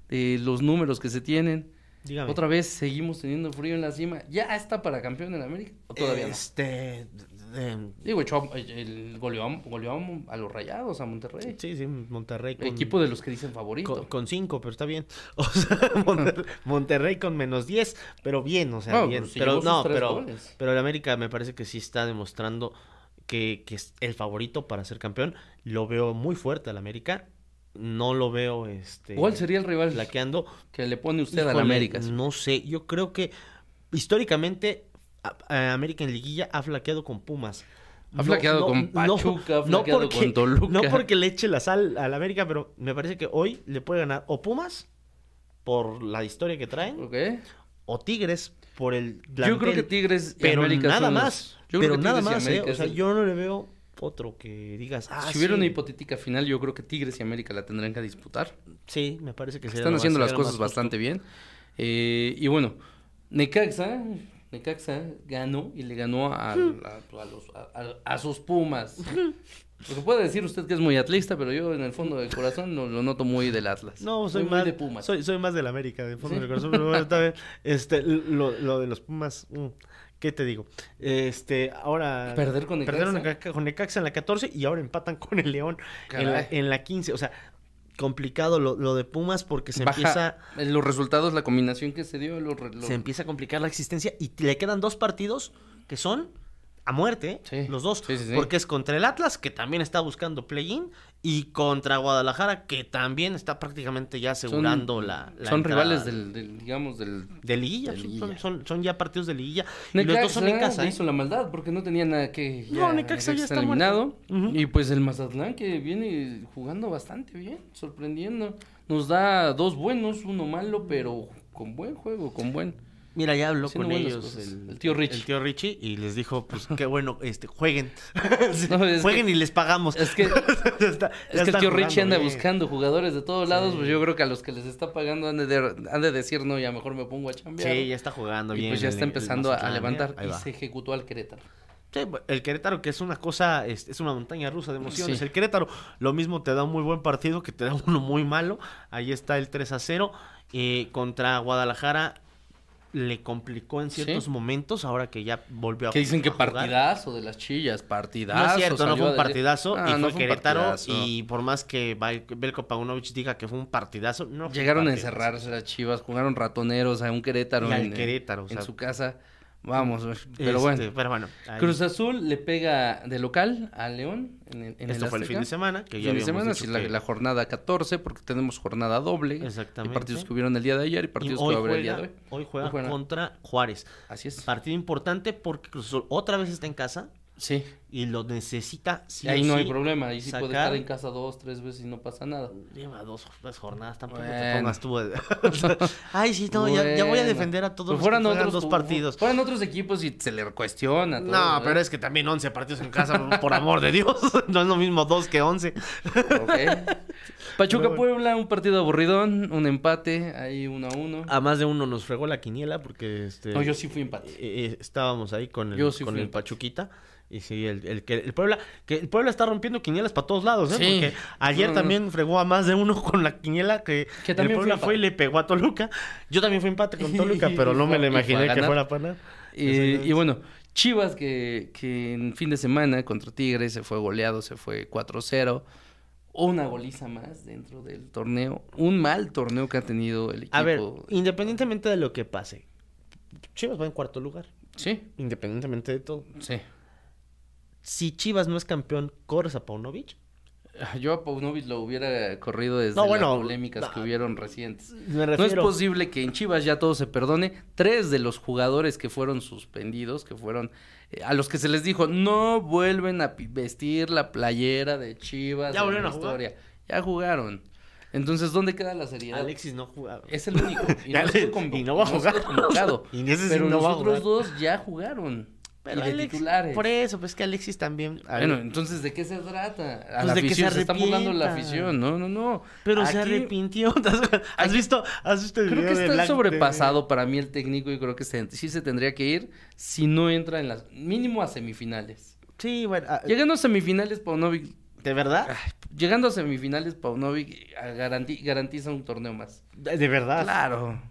Speaker 1: de los números que se tienen,
Speaker 2: Dígame.
Speaker 1: otra vez seguimos teniendo frío en la cima. ¿Ya está para campeón en América? ¿O todavía no?
Speaker 2: Este. de- de-
Speaker 1: Digo, echó a- el- goleó, a- goleó a los rayados a Monterrey.
Speaker 2: sí, sí, Monterrey. Con,
Speaker 1: Equipo de los que dicen favorito.
Speaker 2: con, con cinco, pero está bien. O sea, Monter- Monterrey con menos 10, pero bien, o sea,
Speaker 1: No,
Speaker 2: bien.
Speaker 1: pues, sí
Speaker 2: pero
Speaker 1: llevó sus
Speaker 2: no,
Speaker 1: tres
Speaker 2: pero,
Speaker 1: goles.
Speaker 2: pero el América me parece que sí está demostrando que, que es el favorito para ser campeón. Lo veo muy fuerte al América. No lo veo este
Speaker 1: ¿Cuál sería el rival
Speaker 2: flaqueando.
Speaker 1: que le pone usted a la
Speaker 2: Híjole,
Speaker 1: América?
Speaker 2: No sé, yo creo que históricamente a- a América en liguilla ha flaqueado con Pumas.
Speaker 1: Ha flaqueado con Pachuca, ha flaqueado con Toluca.
Speaker 2: No porque le eche la sal al América, pero me parece que hoy le puede ganar o Pumas por la historia que traen
Speaker 1: ¿Ok?
Speaker 2: o Tigres por el
Speaker 1: Yo creo
Speaker 2: plantel,
Speaker 1: que Tigres y
Speaker 2: pero
Speaker 1: América
Speaker 2: nada
Speaker 1: son los-
Speaker 2: más,
Speaker 1: Yo creo
Speaker 2: pero
Speaker 1: que
Speaker 2: nada
Speaker 1: Tigres y
Speaker 2: más, ¿eh?
Speaker 1: América
Speaker 2: o sea,
Speaker 1: es el-
Speaker 2: yo no le veo otro que digas, ah,
Speaker 1: si hubiera
Speaker 2: sí,
Speaker 1: una hipotética final, yo creo que Tigres y América la tendrán que disputar.
Speaker 2: Sí, me parece que sería
Speaker 1: Están
Speaker 2: lo más-
Speaker 1: haciendo las
Speaker 2: sería lo
Speaker 1: cosas
Speaker 2: más justo.
Speaker 1: bastante bien. Eh, y bueno, Necaxa, Necaxa ganó y le ganó a, a- a los- a- a- a sus Pumas. Porque puede decir usted que es muy atlista, pero yo en el fondo del corazón lo, lo noto muy del Atlas.
Speaker 2: No, soy
Speaker 1: muy,
Speaker 2: más
Speaker 1: de Pumas.
Speaker 2: Soy, soy más del América, de fondo
Speaker 1: ¿Sí?
Speaker 2: del corazón, pero bueno, está bien. Este, lo, lo de los Pumas, mm, ¿qué te digo? Este, ahora.
Speaker 1: Perder con Necaxa.
Speaker 2: Perdieron Neca- con Necaxa en la 14 y ahora empatan con el León en la,
Speaker 1: Caray.
Speaker 2: en la 15. O sea, complicado lo, lo de Pumas porque se
Speaker 1: Baja
Speaker 2: empieza.
Speaker 1: en los resultados, la combinación que se dio, los, re- los-
Speaker 2: Se empieza a complicar la existencia y le quedan dos partidos que son a muerte, ¿eh?
Speaker 1: Sí,
Speaker 2: los dos,
Speaker 1: sí, sí, sí.
Speaker 2: porque es contra el Atlas, que también está buscando play-in, y contra Guadalajara, que también está prácticamente ya asegurando la, la
Speaker 1: son
Speaker 2: entrada
Speaker 1: rivales del, del, digamos, del...
Speaker 2: De liguilla,
Speaker 1: De
Speaker 2: son-
Speaker 1: liguilla.
Speaker 2: Son, son, ya partidos de liguilla. Y los dos son en
Speaker 1: Necaxa
Speaker 2: casa.
Speaker 1: le
Speaker 2: ¿eh?
Speaker 1: hizo la maldad porque no tenía nada que...
Speaker 2: No, Necaxa ya está
Speaker 1: eliminado.
Speaker 2: muerto. Ujú.
Speaker 1: Y pues el Mazatlán que viene jugando bastante bien, sorprendiendo. Nos da dos buenos, uno malo, pero con buen juego, con buen...
Speaker 2: Mira, ya habló
Speaker 1: Haciendo
Speaker 2: con
Speaker 1: buenas
Speaker 2: ellos
Speaker 1: cosas.
Speaker 2: el,
Speaker 1: El tío Richie.
Speaker 2: el tío Richie y les dijo, pues qué bueno, este, jueguen.
Speaker 1: No, es
Speaker 2: jueguen
Speaker 1: que-
Speaker 2: y les pagamos.
Speaker 1: es que-
Speaker 2: Ya está-
Speaker 1: Es
Speaker 2: ya
Speaker 1: que el
Speaker 2: están
Speaker 1: tío
Speaker 2: jugando
Speaker 1: Richie anda
Speaker 2: bien.
Speaker 1: buscando jugadores de todos lados, pues yo creo que a los que les está pagando han de, han de decir, no, ya mejor me pongo a chambear.
Speaker 2: Sí, ya está jugando
Speaker 1: y
Speaker 2: bien.
Speaker 1: pues ya
Speaker 2: el-
Speaker 1: está
Speaker 2: el
Speaker 1: empezando a- a
Speaker 2: Mazatlán,
Speaker 1: levantar
Speaker 2: mira, ahí
Speaker 1: y
Speaker 2: va.
Speaker 1: se ejecutó al Querétaro.
Speaker 2: Sí, el Querétaro, que es una cosa, es, es una montaña rusa de emociones.
Speaker 1: Sí.
Speaker 2: El Querétaro, lo mismo te da un muy buen partido que te da uno muy malo. Ahí está el 3 a 0. Eh, contra Guadalajara le complicó en ciertos
Speaker 1: Sí.
Speaker 2: momentos, ahora que ya volvió a
Speaker 1: Que dicen que
Speaker 2: a jugar.
Speaker 1: partidazo de las chillas, partidazo.
Speaker 2: No es cierto, no
Speaker 1: salió
Speaker 2: fue un
Speaker 1: a decir-
Speaker 2: partidazo.
Speaker 1: Ah,
Speaker 2: y fue
Speaker 1: no
Speaker 2: el
Speaker 1: un
Speaker 2: Querétaro.
Speaker 1: partidazo.
Speaker 2: Y por más que Val- Belko Paunovic diga que fue un partidazo, no. fue un
Speaker 1: Llegaron a
Speaker 2: partidazo.
Speaker 1: encerrarse las chivas, jugaron ratoneros a un Querétaro.
Speaker 2: Y al
Speaker 1: en, eh,
Speaker 2: Querétaro, o
Speaker 1: en
Speaker 2: sea.
Speaker 1: su casa. Vamos, pero
Speaker 2: Este,
Speaker 1: bueno.
Speaker 2: Pero bueno. ahí-
Speaker 1: Cruz Azul le pega de local a León en, el- en el
Speaker 2: Esto fue el
Speaker 1: Azteca.
Speaker 2: fin de semana. Que
Speaker 1: El
Speaker 2: ya
Speaker 1: fin de
Speaker 2: habíamos
Speaker 1: semana,
Speaker 2: dicho
Speaker 1: sí, la,
Speaker 2: que-
Speaker 1: la jornada 14, porque tenemos jornada doble. Hay
Speaker 2: Exactamente.
Speaker 1: partidos que hubieron el día de ayer y
Speaker 2: y
Speaker 1: partidos
Speaker 2: hoy
Speaker 1: que va a haber el día
Speaker 2: juega, Ah,
Speaker 1: de hoy.
Speaker 2: hoy juega
Speaker 1: Hoy juega.
Speaker 2: contra Juárez.
Speaker 1: Así es.
Speaker 2: Partido importante porque Cruz Azul otra vez está en casa
Speaker 1: Sí.
Speaker 2: y lo necesita. sí
Speaker 1: ahí
Speaker 2: o
Speaker 1: no hay
Speaker 2: sí.
Speaker 1: problema. Ahí sí puede
Speaker 2: sacar-
Speaker 1: estar en casa dos, tres veces y no pasa nada.
Speaker 2: Lleva dos, dos jornadas, tampoco te
Speaker 1: Bueno.
Speaker 2: pongas tú. o sea, Ay, sí, no, ya, ya voy a
Speaker 1: Bueno.
Speaker 2: defender a todos
Speaker 1: Pero
Speaker 2: los que
Speaker 1: fueran
Speaker 2: juegan
Speaker 1: otros
Speaker 2: dos
Speaker 1: ju-
Speaker 2: partidos.
Speaker 1: Fueran otros equipos y se le cuestiona. todo,
Speaker 2: No,
Speaker 1: ¿verdad?
Speaker 2: pero es que también 11 partidos en casa, por amor de Dios. No es lo mismo 2 que 11.
Speaker 1: Pachuca
Speaker 2: Pero bueno.
Speaker 1: Puebla, un partido aburridón, un empate, ahí uno a uno.
Speaker 2: A más de uno nos fregó la quiniela porque este,
Speaker 1: no, yo Ah, sí fui empate.
Speaker 2: eh, eh, estábamos ahí con el,
Speaker 1: Yo sí
Speaker 2: con
Speaker 1: fui
Speaker 2: el
Speaker 1: empate.
Speaker 2: Pachuquita. Y sí, el, el, que- el Puebla, que el Puebla está rompiendo quinielas para todos lados, ¿eh?
Speaker 1: Sí.
Speaker 2: Porque ayer
Speaker 1: No, no, no.
Speaker 2: también fregó a más de uno con la quiniela que,
Speaker 1: Que
Speaker 2: el
Speaker 1: también fue
Speaker 2: Puebla fue y
Speaker 1: empate.
Speaker 2: le pegó a Toluca. Yo también fui empate con Toluca, pero no me lo
Speaker 1: Y fue a
Speaker 2: imaginé que
Speaker 1: ganar.
Speaker 2: fuera para nada.
Speaker 1: Eh, y bueno, Chivas que, que en fin de semana contra Tigres se fue goleado, se fue 4-0. Una goliza más dentro del torneo. Un mal torneo que ha tenido el equipo.
Speaker 2: A ver, independientemente de lo que pase, Chivas va en cuarto lugar,
Speaker 1: Sí,
Speaker 2: independientemente de todo.
Speaker 1: sí.
Speaker 2: si Chivas no es campeón, corres a Paunovic.
Speaker 1: Yo a Paunovic lo hubiera corrido desde
Speaker 2: No, bueno,
Speaker 1: las polémicas que
Speaker 2: ah,
Speaker 1: hubieron recientes.
Speaker 2: Me
Speaker 1: No es posible que en Chivas ya todo se perdone. Tres de los jugadores que fueron suspendidos, que fueron eh, a los que se les dijo no vuelven a pi- vestir la playera de Chivas.
Speaker 2: ¿Ya
Speaker 1: en la
Speaker 2: volvieron a jugar?
Speaker 1: Ya jugaron. Entonces, ¿dónde queda la seriedad?
Speaker 2: Alexis no jugaba.
Speaker 1: Es el único. Y
Speaker 2: Ya
Speaker 1: no,
Speaker 2: le-
Speaker 1: estoy convo-
Speaker 2: y no va a jugar.
Speaker 1: estoy convocado.
Speaker 2: Y en ese sí
Speaker 1: pero
Speaker 2: no
Speaker 1: los
Speaker 2: va a
Speaker 1: otros
Speaker 2: jugar.
Speaker 1: dos ya jugaron. y de
Speaker 2: Alex-
Speaker 1: titulares.
Speaker 2: Por eso, pues que Alexis también. a ver,
Speaker 1: Bueno, entonces, ¿de qué se trata? A
Speaker 2: Pues
Speaker 1: la
Speaker 2: de que se
Speaker 1: afición, se, está burlando la
Speaker 2: arrepientan.
Speaker 1: afición. No, no, no.
Speaker 2: pero se
Speaker 1: Aquí-
Speaker 2: arrepintió. ¿Has, has visto? ¿Has visto el
Speaker 1: Creo que
Speaker 2: video de
Speaker 1: está
Speaker 2: Black-
Speaker 1: sobrepasado para mí el técnico y creo que se- sí se tendría que ir si no entra en las... Mínimo a semifinales.
Speaker 2: de- Sí, bueno. ah,
Speaker 1: Llegando a semifinales, Paunovic...
Speaker 2: ¿De verdad?
Speaker 1: ay, llegando a semifinales, Paunovic ah, garanti- garantiza un torneo más.
Speaker 2: De verdad.
Speaker 1: Claro.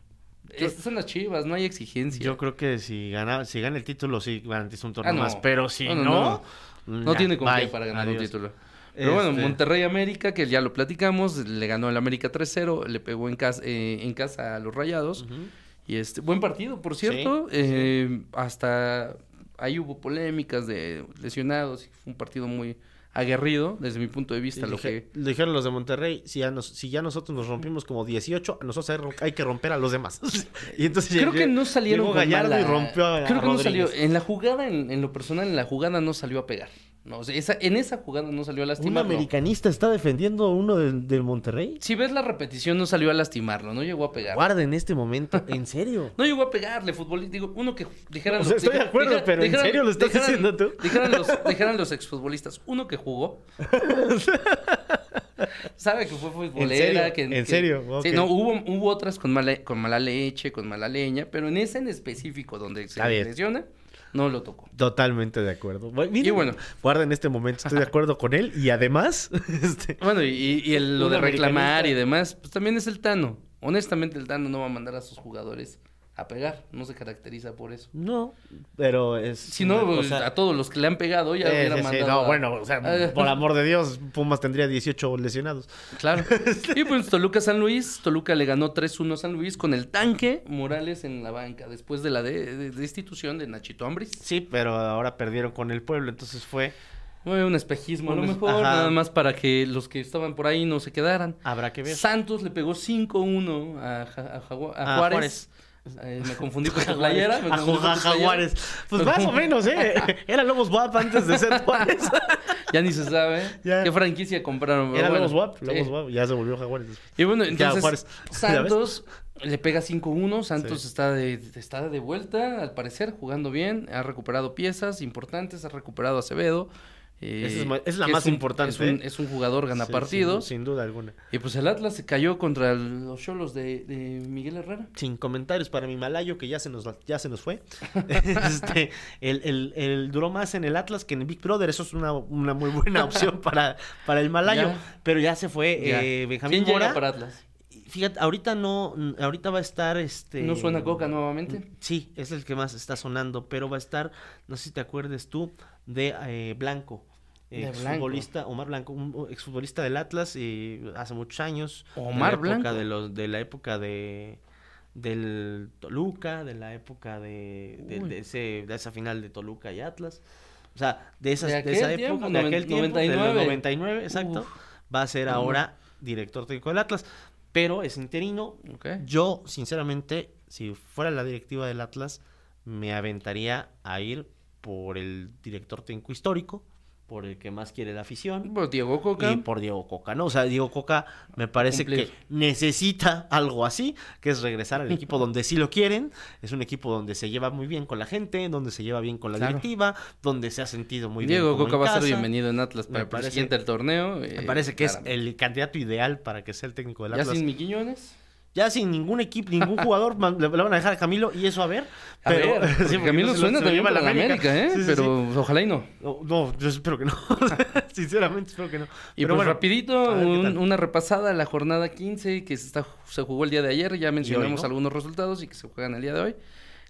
Speaker 2: Yo-
Speaker 1: Estas son las chivas, no hay exigencia.
Speaker 2: Yo creo que si gana, si gana el título, sí garantiza un torneo
Speaker 1: Ah, no.
Speaker 2: más. Pero si
Speaker 1: No,
Speaker 2: no.
Speaker 1: no,
Speaker 2: No,
Speaker 1: No
Speaker 2: ya,
Speaker 1: tiene con qué
Speaker 2: bye,
Speaker 1: para ganar un
Speaker 2: adiós.
Speaker 1: título. Pero bueno,
Speaker 2: Este,
Speaker 1: Monterrey América, que ya lo platicamos, le ganó al América 3-0, le pegó en casa, en casa a los Rayados.
Speaker 2: ujú.
Speaker 1: Y este, buen partido, por cierto. eh, Hasta ahí hubo polémicas de lesionados. y Fue un partido muy aguerrido, desde mi punto de vista.
Speaker 2: Y
Speaker 1: Lo
Speaker 2: dije-
Speaker 1: que...
Speaker 2: le dijeron los de Monterrey, si ya, nos- si ya nosotros nos rompimos como 18, a nosotros hay, ro- hay que romper a los demás. y entonces
Speaker 1: Creo que
Speaker 2: llegó-
Speaker 1: no salieron
Speaker 2: llegó
Speaker 1: con
Speaker 2: Gallardo
Speaker 1: mala-
Speaker 2: y rompió a- a
Speaker 1: Creo que no
Speaker 2: Rodríguez.
Speaker 1: salió. eh, En la jugada, en, en lo personal, en la jugada no salió a pegar. No, o sea, esa, en esa jugada no salió a
Speaker 2: ¿Un
Speaker 1: lastimarlo.
Speaker 2: americanista está defendiendo a uno del, del Monterrey?
Speaker 1: Si ves la repetición, no salió a lastimarlo, no llegó a pegar.
Speaker 2: Guarda en este momento, en serio.
Speaker 1: No llegó a pegarle futbolista. Digo, uno que dijeran
Speaker 2: O sea, estoy de acuerdo, pero ¿en serio lo estás diciendo tú?
Speaker 1: Dijeran los, dijeran los exfutbolistas, uno que jugó. sabe que fue futbolera.
Speaker 2: serio?
Speaker 1: Que,
Speaker 2: ¿En
Speaker 1: que-
Speaker 2: serio?
Speaker 1: Sí,
Speaker 2: Ok.
Speaker 1: no, hubo, hubo otras con mala, con mala leche, con mala leña, pero en ese en específico donde se
Speaker 2: Está bien.
Speaker 1: lesiona, no lo tocó.
Speaker 2: Totalmente de acuerdo. Bueno,
Speaker 1: Y bueno.
Speaker 2: Guarda en este momento, estoy de acuerdo con él. Y además, este,
Speaker 1: Bueno, y, y el- lo
Speaker 2: Un
Speaker 1: de reclamar
Speaker 2: americanista.
Speaker 1: y demás, pues también es el Tano. Honestamente, el Tano no va a mandar a sus jugadores a pegar. No se caracteriza por eso.
Speaker 2: no, pero es.
Speaker 1: Si no,
Speaker 2: o
Speaker 1: pues,
Speaker 2: sea,
Speaker 1: a todos los que le han pegado ya
Speaker 2: sí,
Speaker 1: hubiera
Speaker 2: sí, sí,
Speaker 1: mandado.
Speaker 2: no,
Speaker 1: a-
Speaker 2: bueno, o sea,
Speaker 1: Ah.
Speaker 2: por amor de Dios, Pumas tendría 18 lesionados.
Speaker 1: Claro. Y pues Toluca San Luis, Toluca le ganó 3-1 a San Luis con el tanque Morales en la banca, después de la de- de- destitución de Nachito Ambris.
Speaker 2: Sí, pero ahora perdieron con el pueblo, entonces fue.
Speaker 1: Fue un espejismo, a lo
Speaker 2: Un es-
Speaker 1: mejor,
Speaker 2: ajá.
Speaker 1: nada más para que los que estaban por ahí no se quedaran.
Speaker 2: Habrá que ver.
Speaker 1: Santos le pegó 5-1 a, Ja- a Jagua- a
Speaker 2: A
Speaker 1: Juárez. Eh, me confundí con su playera. pues, me
Speaker 2: Ah, A
Speaker 1: confundí con
Speaker 2: Juja-
Speaker 1: su playera.
Speaker 2: Jaguares. Pues más o menos, ¿eh? Era Lobos WAP antes de ser Juárez.
Speaker 1: Ya ni se sabe
Speaker 2: Ya.
Speaker 1: qué franquicia compraron. pero
Speaker 2: Era
Speaker 1: bueno.
Speaker 2: Lobos WAP.
Speaker 1: Sí.
Speaker 2: Lobos WAP. Ya se volvió Jaguares después.
Speaker 1: Y bueno,
Speaker 2: Ya,
Speaker 1: entonces
Speaker 2: Juárez. ¿Ya ves?
Speaker 1: Santos le pega 5-1, Santos
Speaker 2: Sí.
Speaker 1: está, de, está de vuelta, al parecer, jugando bien, ha recuperado piezas importantes, ha recuperado a Acevedo. eh,
Speaker 2: Esa es ma- es la
Speaker 1: que
Speaker 2: más
Speaker 1: un-
Speaker 2: importante,
Speaker 1: Es un,
Speaker 2: ¿eh?
Speaker 1: es un jugador gana
Speaker 2: Sí,
Speaker 1: partidos.
Speaker 2: Sin, sin duda alguna.
Speaker 1: Y pues el Atlas se cayó contra el- los cholos de, de Miguel Herrera.
Speaker 2: Sin comentarios para mi malayo que ya se nos, ya se nos fue. este, el, el, el duró más en el Atlas que en el Big Brother. Eso es una, una muy buena opción para, para el malayo.
Speaker 1: Ya.
Speaker 2: Pero ya se fue
Speaker 1: Ya.
Speaker 2: eh, Benjamín
Speaker 1: ¿Quién
Speaker 2: Mora.
Speaker 1: llega para Atlas?
Speaker 2: Fíjate, ahorita no, ahorita va a estar este.
Speaker 1: ¿No suena Coca nuevamente?
Speaker 2: Mm, Sí, es el que más está sonando, pero va a estar, no sé si te acuerdes tú, de eh, Blanco.
Speaker 1: De
Speaker 2: Exfutbolista, Omar Blanco, un exfutbolista del Atlas y hace muchos años. de la
Speaker 1: Omar
Speaker 2: época
Speaker 1: Blanco.
Speaker 2: De, los, de la época de del Toluca, de la época de, de-
Speaker 1: Uy.
Speaker 2: de ese, de esa final de Toluca y Atlas. O sea, de, esas,
Speaker 1: De
Speaker 2: de,
Speaker 1: aquel
Speaker 2: esa
Speaker 1: tiempo,
Speaker 2: época, de
Speaker 1: noven-
Speaker 2: aquel tiempo, de los
Speaker 1: 99.
Speaker 2: 99, exacto.
Speaker 1: Uf.
Speaker 2: Va a ser
Speaker 1: Ujú.
Speaker 2: ahora director técnico del Atlas, pero es interino.
Speaker 1: Ok.
Speaker 2: Yo, sinceramente, si fuera la directiva del Atlas, me aventaría a ir por el director técnico histórico, por el que más quiere la afición.
Speaker 1: Pues Diego Coca.
Speaker 2: Y por Diego Coca, ¿no? O sea, Diego Coca me parece
Speaker 1: Cumplir.
Speaker 2: que necesita algo así, que es regresar al equipo donde sí lo quieren, es un equipo donde se lleva muy bien con la gente, donde se lleva bien con la
Speaker 1: Claro.
Speaker 2: directiva, donde se ha sentido muy
Speaker 1: Diego
Speaker 2: bien. como
Speaker 1: Coca
Speaker 2: en
Speaker 1: va a ser
Speaker 2: casa.
Speaker 1: bienvenido en Atlas
Speaker 2: Me
Speaker 1: para el
Speaker 2: parece-
Speaker 1: presidente del torneo. eh,
Speaker 2: Me parece que es el candidato ideal para que sea el técnico del
Speaker 1: Ya
Speaker 2: Atlas.
Speaker 1: sin mi Quiñones.
Speaker 2: Ya sin ningún equipo, ningún jugador, man- le, le van a dejar a Camilo y eso a ver.
Speaker 1: A
Speaker 2: Pero
Speaker 1: ver, porque
Speaker 2: Sí, porque
Speaker 1: Camilo
Speaker 2: no se lo-
Speaker 1: suena
Speaker 2: se lo
Speaker 1: también
Speaker 2: lleva
Speaker 1: para la América, ¿eh?
Speaker 2: Sí, sí, sí.
Speaker 1: pero ojalá y no.
Speaker 2: No, no, yo espero que no. Sinceramente, espero que no.
Speaker 1: Y
Speaker 2: Pero
Speaker 1: pues
Speaker 2: bueno,
Speaker 1: rapidito,
Speaker 2: a ver qué
Speaker 1: un-
Speaker 2: tal.
Speaker 1: una repasada a la jornada 15 que se, está, se jugó el día de ayer. Ya mencionamos
Speaker 2: ¿no?
Speaker 1: algunos resultados y que se juegan el día de hoy.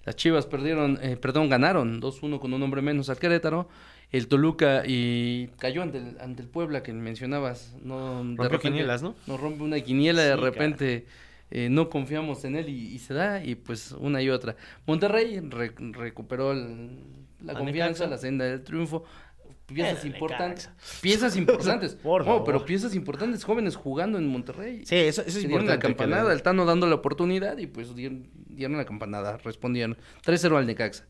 Speaker 1: Las Chivas perdieron, eh, perdón, ganaron 2-1 con un hombre menos al Querétaro. El Toluca y cayó ante el, ante el Puebla que mencionabas. No, de
Speaker 2: Rompió quinielas, ¿no?
Speaker 1: Nos rompe una quiniela de
Speaker 2: Sí, caray.
Speaker 1: repente. eh, no confiamos en él y, y se da, y pues una y otra. Monterrey re- recuperó el- la
Speaker 2: Al
Speaker 1: confianza,
Speaker 2: Necaxa.
Speaker 1: la senda del triunfo. Piezas
Speaker 2: Ese
Speaker 1: importantes.
Speaker 2: Necaxa.
Speaker 1: Piezas importantes.
Speaker 2: Por
Speaker 1: No, pero
Speaker 2: favor.
Speaker 1: piezas importantes, jóvenes jugando en Monterrey.
Speaker 2: Sí, eso, eso es
Speaker 1: Se dieron
Speaker 2: importante.
Speaker 1: la campanada, el Tano dando la oportunidad y pues dieron, dieron la campanada, respondieron. 3-0 al Necaxa.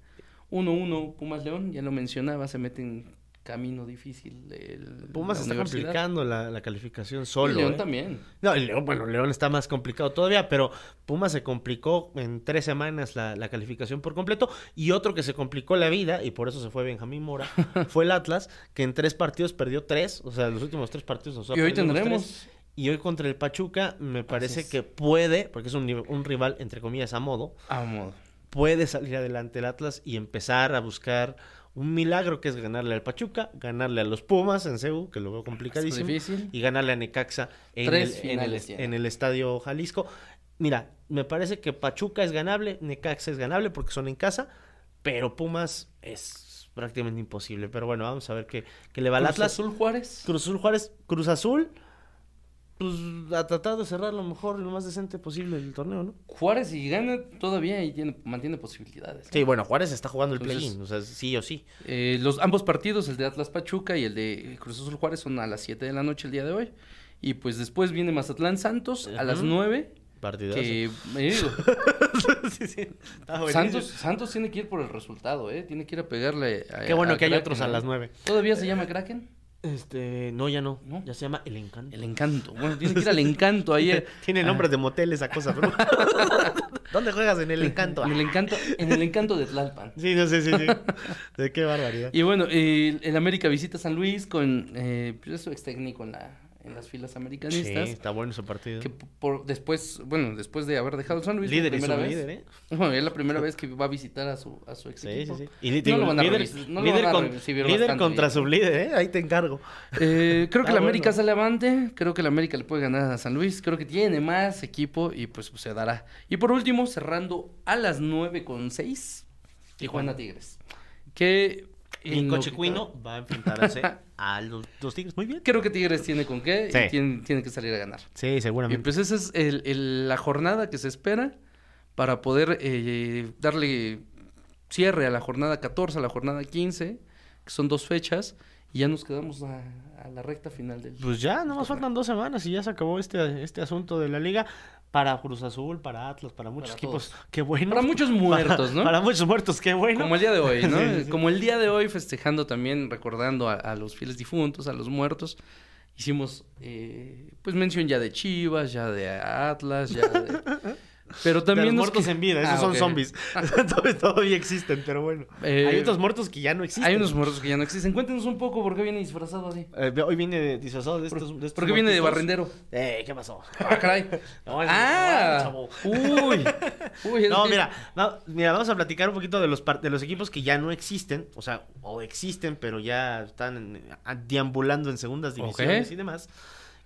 Speaker 1: 1-1 Pumas León, ya lo mencionaba, se meten camino difícil. El,
Speaker 2: Pumas
Speaker 1: la
Speaker 2: está
Speaker 1: universidad.
Speaker 2: complicando la, la calificación
Speaker 1: Y
Speaker 2: solo.
Speaker 1: León
Speaker 2: ¿eh?
Speaker 1: también.
Speaker 2: No, el León, bueno, el León está más complicado todavía, pero Pumas se complicó en tres semanas la, la calificación por completo. Y otro que se complicó la vida, y por eso se fue Benjamín Mora, fue el Atlas, que en tres partidos perdió tres, o sea, los últimos tres partidos nos ha
Speaker 1: y hoy
Speaker 2: perdido los tres.
Speaker 1: tendremos.
Speaker 2: Y hoy contra el Pachuca, me parece
Speaker 1: es.
Speaker 2: que puede, porque es un, nive- un rival, entre comillas, a modo,
Speaker 1: A modo.
Speaker 2: puede salir adelante el Atlas y empezar a buscar un milagro que es ganarle al Pachuca, ganarle a los Pumas en Ceú, que lo veo
Speaker 1: Es
Speaker 2: complicadísimo
Speaker 1: difícil.
Speaker 2: y ganarle a Necaxa en el,
Speaker 1: Tres
Speaker 2: en, el,
Speaker 1: finales tiene.
Speaker 2: en el Estadio Jalisco. Mira, me parece que Pachuca es ganable, Necaxa es ganable porque son en casa, pero Pumas es prácticamente imposible. Pero bueno, vamos a ver qué, qué le va al
Speaker 1: Cruz
Speaker 2: Atlas.
Speaker 1: Azul Juárez.
Speaker 2: Cruz Azul Juárez, Cruz Azul, pues a tratar de cerrar lo mejor y lo más decente posible el torneo, ¿no?
Speaker 1: Juárez si gana todavía y tiene, mantiene posibilidades.
Speaker 2: Sí, bueno, Juárez está jugando el
Speaker 1: Entonces-
Speaker 2: play-in, o sea, sí o sí.
Speaker 1: Eh, los ambos partidos, el de Atlas Pachuca y el de Cruz Azul Juárez, son a las 7 de la noche el día de hoy. Y pues después viene Mazatlán Santos a las
Speaker 2: Ujú.
Speaker 1: 9.
Speaker 2: Partidazo.
Speaker 1: Que, eh, digo,
Speaker 2: Sí, sí, está buenísimo.
Speaker 1: Santos, Santos tiene que ir por el resultado, ¿eh? Tiene que ir a pegarle. a-
Speaker 2: Qué bueno
Speaker 1: al
Speaker 2: que hay
Speaker 1: Kraken,
Speaker 2: otros a
Speaker 1: ¿no?
Speaker 2: las nueve.
Speaker 1: ¿Todavía se llama Kraken?
Speaker 2: Este, no, ya no,
Speaker 1: ¿No?
Speaker 2: ya se llama El Encanto.
Speaker 1: El encanto. Bueno, tiene que ir al encanto ahí. eh.
Speaker 2: Tiene nombre de motel esa cosa, pero... ¿Dónde juegas en el encanto?
Speaker 1: En el encanto, en el encanto de Tlalpan.
Speaker 2: Sí, no sé, sí, sí. De qué barbaridad.
Speaker 1: Y bueno, eh, el América visita San Luis con eh, pues, su ex técnico en, la, en las filas
Speaker 2: Sí,
Speaker 1: americanistas.
Speaker 2: está bueno su partido.
Speaker 1: que p- por después, bueno, después de haber dejado el San Luis,
Speaker 2: Líder
Speaker 1: la
Speaker 2: y
Speaker 1: primera vez,
Speaker 2: líder, ¿eh?
Speaker 1: bueno, es la primera vez que va a visitar a su, a su ex
Speaker 2: Sí, sí,
Speaker 1: equipo.
Speaker 2: sí. Y li-
Speaker 1: No lo van a
Speaker 2: líder,
Speaker 1: revisar, no lo
Speaker 2: líder
Speaker 1: van a
Speaker 2: con-
Speaker 1: recibir
Speaker 2: líder
Speaker 1: bastante
Speaker 2: contra
Speaker 1: bien.
Speaker 2: sublíder, ¿eh? Ahí te encargo.
Speaker 1: Eh, creo que
Speaker 2: Ah,
Speaker 1: el América
Speaker 2: bueno.
Speaker 1: sale avante, creo que el América le puede ganar a San Luis, creo que tiene más equipo y pues se dará. Y por último, cerrando a las nueve con seis, Tijuana Tigres. Que en lo
Speaker 2: Nico
Speaker 1: que cabe-
Speaker 2: Chicuino va a enfrentarse a los, los Tigres. Muy bien.
Speaker 1: Creo que Tigres tiene con qué
Speaker 2: Sí.
Speaker 1: y tiene, tiene que salir a ganar.
Speaker 2: Sí,
Speaker 1: Y
Speaker 2: seguramente.
Speaker 1: pues esa es el- el- la jornada que se espera para poder eh, darle cierre a la jornada 14, a la jornada 15, que son dos fechas, y ya nos quedamos a, a la recta final del...
Speaker 2: Pues ya, nomás faltan dos semanas y ya se acabó este, este asunto de la liga. Para Cruz Azul, para Atlas, para muchos
Speaker 1: Para
Speaker 2: equipos. Qué bueno.
Speaker 1: Para muchos muertos, ¿no?
Speaker 2: Para muchos muertos, qué bueno.
Speaker 1: Como el día de hoy, ¿no?
Speaker 2: Sí, sí, sí.
Speaker 1: Como el día de hoy festejando también, recordando a, a los fieles difuntos, a los muertos. Hicimos, eh, pues, mención ya de Chivas, ya de Atlas, ya de... Pero también...
Speaker 2: de los
Speaker 1: nos
Speaker 2: muertos
Speaker 1: que-
Speaker 2: en vida, esos
Speaker 1: Ah,
Speaker 2: son
Speaker 1: ok.
Speaker 2: zombies. Tod- Todavía existen, pero bueno.
Speaker 1: Eh,
Speaker 2: hay otros muertos que ya no existen.
Speaker 1: Hay unos muertos que ya no existen. Cuéntenos un poco por qué viene disfrazado así.
Speaker 2: Eh, ve- hoy viene de- disfrazado de estos. de estos
Speaker 1: ¿Por qué viene de
Speaker 2: muertitos.
Speaker 1: barrendero?
Speaker 2: Eh, ¿qué pasó?
Speaker 1: Ah, caray.
Speaker 2: No, es-
Speaker 1: ah,
Speaker 2: no, es
Speaker 1: uy. uy, es
Speaker 2: No,
Speaker 1: que-
Speaker 2: mira, va- mira, vamos a platicar un poquito de los par- de los equipos que ya no existen, o sea, o existen, pero ya están en- a- deambulando en segundas divisiones
Speaker 1: Ok.
Speaker 2: y demás,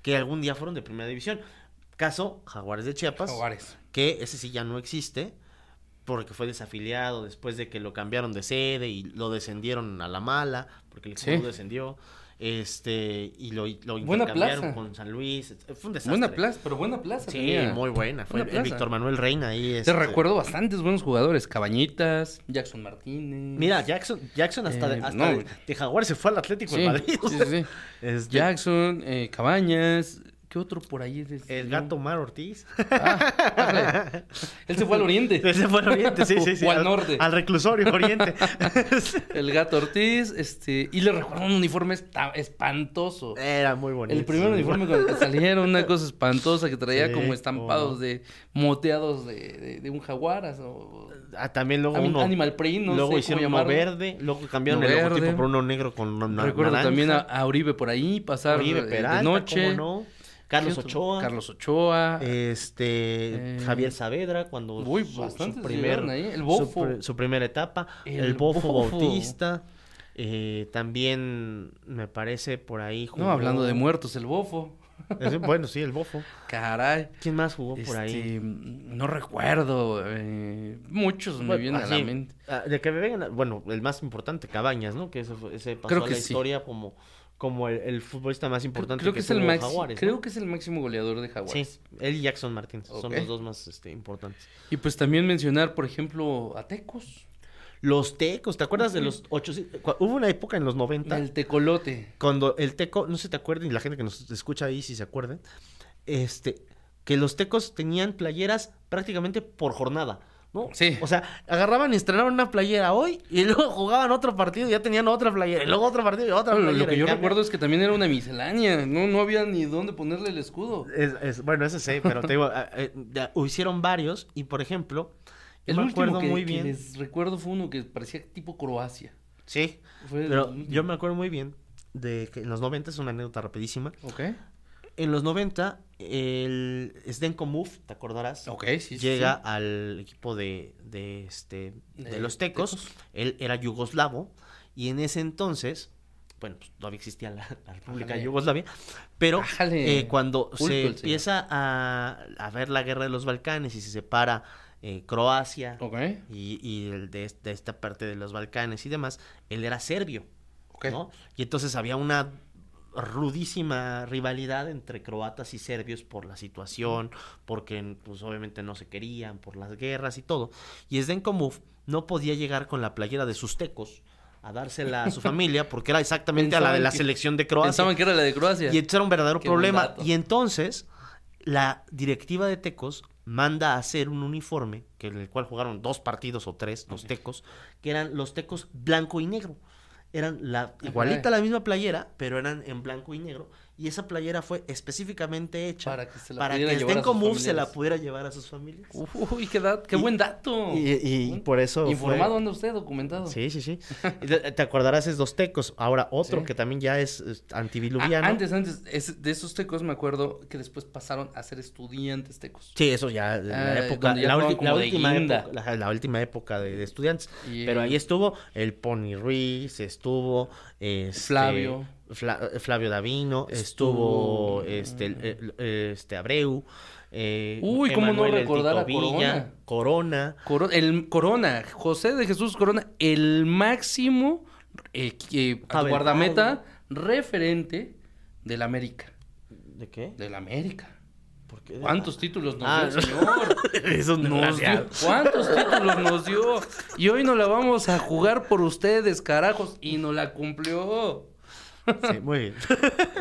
Speaker 2: que algún día fueron de primera división. Caso Jaguares de Chiapas.
Speaker 1: Jaguares.
Speaker 2: que ese sí ya no existe porque fue desafiliado después de que lo cambiaron de sede y lo descendieron a la mala porque el
Speaker 1: Sí.
Speaker 2: club descendió este y lo, lo
Speaker 1: Buena
Speaker 2: intercambiaron
Speaker 1: plaza.
Speaker 2: con San Luis et- fue un desastre
Speaker 1: Buena plaza, pero buena plaza.
Speaker 2: sí
Speaker 1: tenía.
Speaker 2: muy buena fue
Speaker 1: Buena
Speaker 2: el- el
Speaker 1: plaza.
Speaker 2: Víctor Manuel Reina ahí
Speaker 1: Te
Speaker 2: este.
Speaker 1: recuerdo bastantes buenos jugadores. Cabañitas, Jackson Martínez.
Speaker 2: mira Jackson Jackson hasta, de,
Speaker 1: Eh,
Speaker 2: hasta
Speaker 1: no.
Speaker 2: de, de Jaguar se fue al Atlético de
Speaker 1: Sí,
Speaker 2: Madrid
Speaker 1: sí, sí, sí.
Speaker 2: Este,
Speaker 1: Jackson, eh, Cabañas. ¿Qué otro por ahí? es-
Speaker 2: el gato Mar Ortiz
Speaker 1: Ah, ájale. Él se fue al oriente.
Speaker 2: ese fue al Oriente sí sí sí
Speaker 1: O al norte.
Speaker 2: al reclusorio Oriente
Speaker 1: El gato Ortiz, este, y le recuerdo un uniforme esta- espantoso.
Speaker 2: era muy bonito
Speaker 1: El primer uniforme con el que salieron, una cosa espantosa que traía
Speaker 2: Sí,
Speaker 1: como
Speaker 2: cómo
Speaker 1: estampados
Speaker 2: no.
Speaker 1: de moteados de, de, de un jaguar. as- o-
Speaker 2: Ah, también luego
Speaker 1: Ami-
Speaker 2: uno.
Speaker 1: Animal print, no
Speaker 2: luego
Speaker 1: sé
Speaker 2: hicieron
Speaker 1: cómo
Speaker 2: uno
Speaker 1: llamarlo.
Speaker 2: verde, luego cambiaron
Speaker 1: Uno
Speaker 2: el
Speaker 1: verde.
Speaker 2: logotipo por uno negro con una na-
Speaker 1: Recuerdo
Speaker 2: naranja.
Speaker 1: también a, a Uribe por ahí pasar
Speaker 2: Oribe
Speaker 1: eh,
Speaker 2: Peralta,
Speaker 1: de noche.
Speaker 2: cómo no. Carlos
Speaker 1: ¿Qué otro?
Speaker 2: Ochoa.
Speaker 1: Carlos Ochoa.
Speaker 2: Este,
Speaker 1: Eh,
Speaker 2: Javier Saavedra cuando
Speaker 1: uy,
Speaker 2: su- su
Speaker 1: bastantes
Speaker 2: primer-
Speaker 1: llegaron ahí. El
Speaker 2: su
Speaker 1: Bofo.
Speaker 2: pr- Su, primera etapa, el,
Speaker 1: El
Speaker 2: Bofo,
Speaker 1: Bofo.
Speaker 2: Bautista. eh, también me parece por ahí jugó-
Speaker 1: no, hablando de muertos, el Bofo.
Speaker 2: Ese- Bueno, sí, el Bofo.
Speaker 1: Caray.
Speaker 2: ¿Quién más jugó por ahí?
Speaker 1: Este, no recuerdo. eh, muchos me
Speaker 2: Bueno,
Speaker 1: vienen a
Speaker 2: así,
Speaker 1: la mente.
Speaker 2: ah, De que me vengan, a- bueno, el más importante, Cabañas, ¿no? Que ese, fue- ese pasó
Speaker 1: Creo
Speaker 2: a
Speaker 1: que
Speaker 2: la
Speaker 1: sí.
Speaker 2: historia como, como el, el futbolista más importante
Speaker 1: Creo que, es el
Speaker 2: tuvo
Speaker 1: máximo,
Speaker 2: Jaguares, ¿no?
Speaker 1: creo que es el máximo goleador de Jaguares.
Speaker 2: Sí, él y Jackson Martínez son
Speaker 1: Ok.
Speaker 2: los dos más este, importantes.
Speaker 1: Y pues también mencionar, por ejemplo, a Tecos,
Speaker 2: Los tecos, ¿te acuerdas de los ocho? cua- Hubo una época en los 90
Speaker 1: el Tecolote.
Speaker 2: cuando el teco, no se te acuerden, y la gente que nos escucha ahí si se acuerdan, este, que los tecos tenían playeras prácticamente por jornada. ¿no?
Speaker 1: Sí.
Speaker 2: O sea, agarraban y estrenaban una playera hoy y luego jugaban otro partido y ya tenían otra playera y luego otro partido y otra
Speaker 1: Bueno,
Speaker 2: playera.
Speaker 1: lo que
Speaker 2: En
Speaker 1: yo
Speaker 2: cambio-
Speaker 1: recuerdo es que también era una miscelánea. No, no había ni dónde ponerle el escudo.
Speaker 2: Es- es- bueno, ese sí, pero te digo, a- eh, ya hicieron varios y por ejemplo, yo
Speaker 1: El
Speaker 2: me
Speaker 1: último
Speaker 2: acuerdo
Speaker 1: que,
Speaker 2: muy
Speaker 1: que
Speaker 2: bien.
Speaker 1: les recuerdo fue uno que parecía tipo Croacia.
Speaker 2: Sí,
Speaker 1: Fue el
Speaker 2: pero
Speaker 1: último.
Speaker 2: yo me acuerdo muy bien de que en los 90 es una anécdota rapidísima.
Speaker 1: Ok.
Speaker 2: En los 90 el Zdenko Muf, te acordarás,
Speaker 1: Ok, sí, sí,
Speaker 2: llega
Speaker 1: sí.
Speaker 2: al equipo de, de este de,
Speaker 1: De
Speaker 2: los tecos.
Speaker 1: Tecos.
Speaker 2: Él era yugoslavo y en ese entonces, bueno, pues todavía existía la, la República
Speaker 1: Ájale.
Speaker 2: de Yugoslavia, pero
Speaker 1: Ájale.
Speaker 2: eh, cuando
Speaker 1: Culto el
Speaker 2: se
Speaker 1: señor.
Speaker 2: empieza a, a ver la guerra de los Balcanes y se separa eh, Croacia
Speaker 1: Ok.
Speaker 2: y, y el de, es- de esta parte de los Balcanes y demás, él era serbio,
Speaker 1: Ok.
Speaker 2: ¿no? Y entonces había una rudísima rivalidad entre croatas y serbios por la situación, porque pues obviamente no se querían, por las guerras y todo. Y Zdenko Muf no podía llegar con la playera de sus tecos a dársela a su familia porque era exactamente a la de
Speaker 1: Pensaban
Speaker 2: la
Speaker 1: que-
Speaker 2: selección de Croacia.
Speaker 1: Pensaban que era la de Croacia.
Speaker 2: Y entonces era un verdadero
Speaker 1: Qué buen
Speaker 2: problema.
Speaker 1: dato.
Speaker 2: Y entonces, la directiva de Tecos manda a hacer un uniforme, que en el cual jugaron dos partidos o tres, los Tecos, que eran los Tecos blanco y negro. Eran la,
Speaker 1: Ah,
Speaker 2: igualita
Speaker 1: caray.
Speaker 2: la misma playera, pero eran en blanco y negro. Y esa playera fue específicamente hecha
Speaker 1: Para que se la
Speaker 2: para que
Speaker 1: pudiera llevar a
Speaker 2: Zdenko
Speaker 1: sus
Speaker 2: Muf se la
Speaker 1: familiares. Uh.
Speaker 2: pudiera llevar a sus familias.
Speaker 1: Uy, qué, da- qué
Speaker 2: Y-
Speaker 1: buen dato. Buen-
Speaker 2: eso
Speaker 1: Informado anda usted, documentado.
Speaker 2: Sí, sí, sí. Y Te te acordarás es dos tecos. Ahora otro
Speaker 1: Sí.
Speaker 2: que también ya es, es
Speaker 1: Ah,
Speaker 2: antidiluviano.
Speaker 1: antes, antes, es- de esos tecos me acuerdo que después pasaron a ser estudiantes tecos.
Speaker 2: Sí, eso ya, la
Speaker 1: Ah,
Speaker 2: época,
Speaker 1: cuando ya
Speaker 2: la,
Speaker 1: jugaban
Speaker 2: ulti-
Speaker 1: como
Speaker 2: la
Speaker 1: de
Speaker 2: última
Speaker 1: guinda.
Speaker 2: época, la, la última época de, de estudiantes.
Speaker 1: Y,
Speaker 2: Pero
Speaker 1: eh,
Speaker 2: ahí estuvo el Pony Ruiz, estuvo este,
Speaker 1: Flavio.
Speaker 2: Fla- Flavio Davino,
Speaker 1: Estuvo-
Speaker 2: estuvo,
Speaker 1: ah.
Speaker 2: este, el- el- este Abreu. eh,
Speaker 1: Uy, cómo no
Speaker 2: Emanuel El
Speaker 1: recordar a
Speaker 2: Tito Villa, Corona.
Speaker 1: Coro- el Corona, José de Jesús Corona, el máximo eh, eh,
Speaker 2: Avenado.
Speaker 1: guardameta referente del América.
Speaker 2: ¿De qué?
Speaker 1: Del América.
Speaker 2: ¿Por qué?
Speaker 1: ¿Cuántos títulos nos
Speaker 2: Ah,
Speaker 1: dio el señor?
Speaker 2: es un
Speaker 1: Nos
Speaker 2: desgraciado.
Speaker 1: dio- ¿Cuántos títulos nos dio? Y hoy nos la vamos a jugar por ustedes, carajos. Y nos la cumplió.
Speaker 2: Sí, muy bien.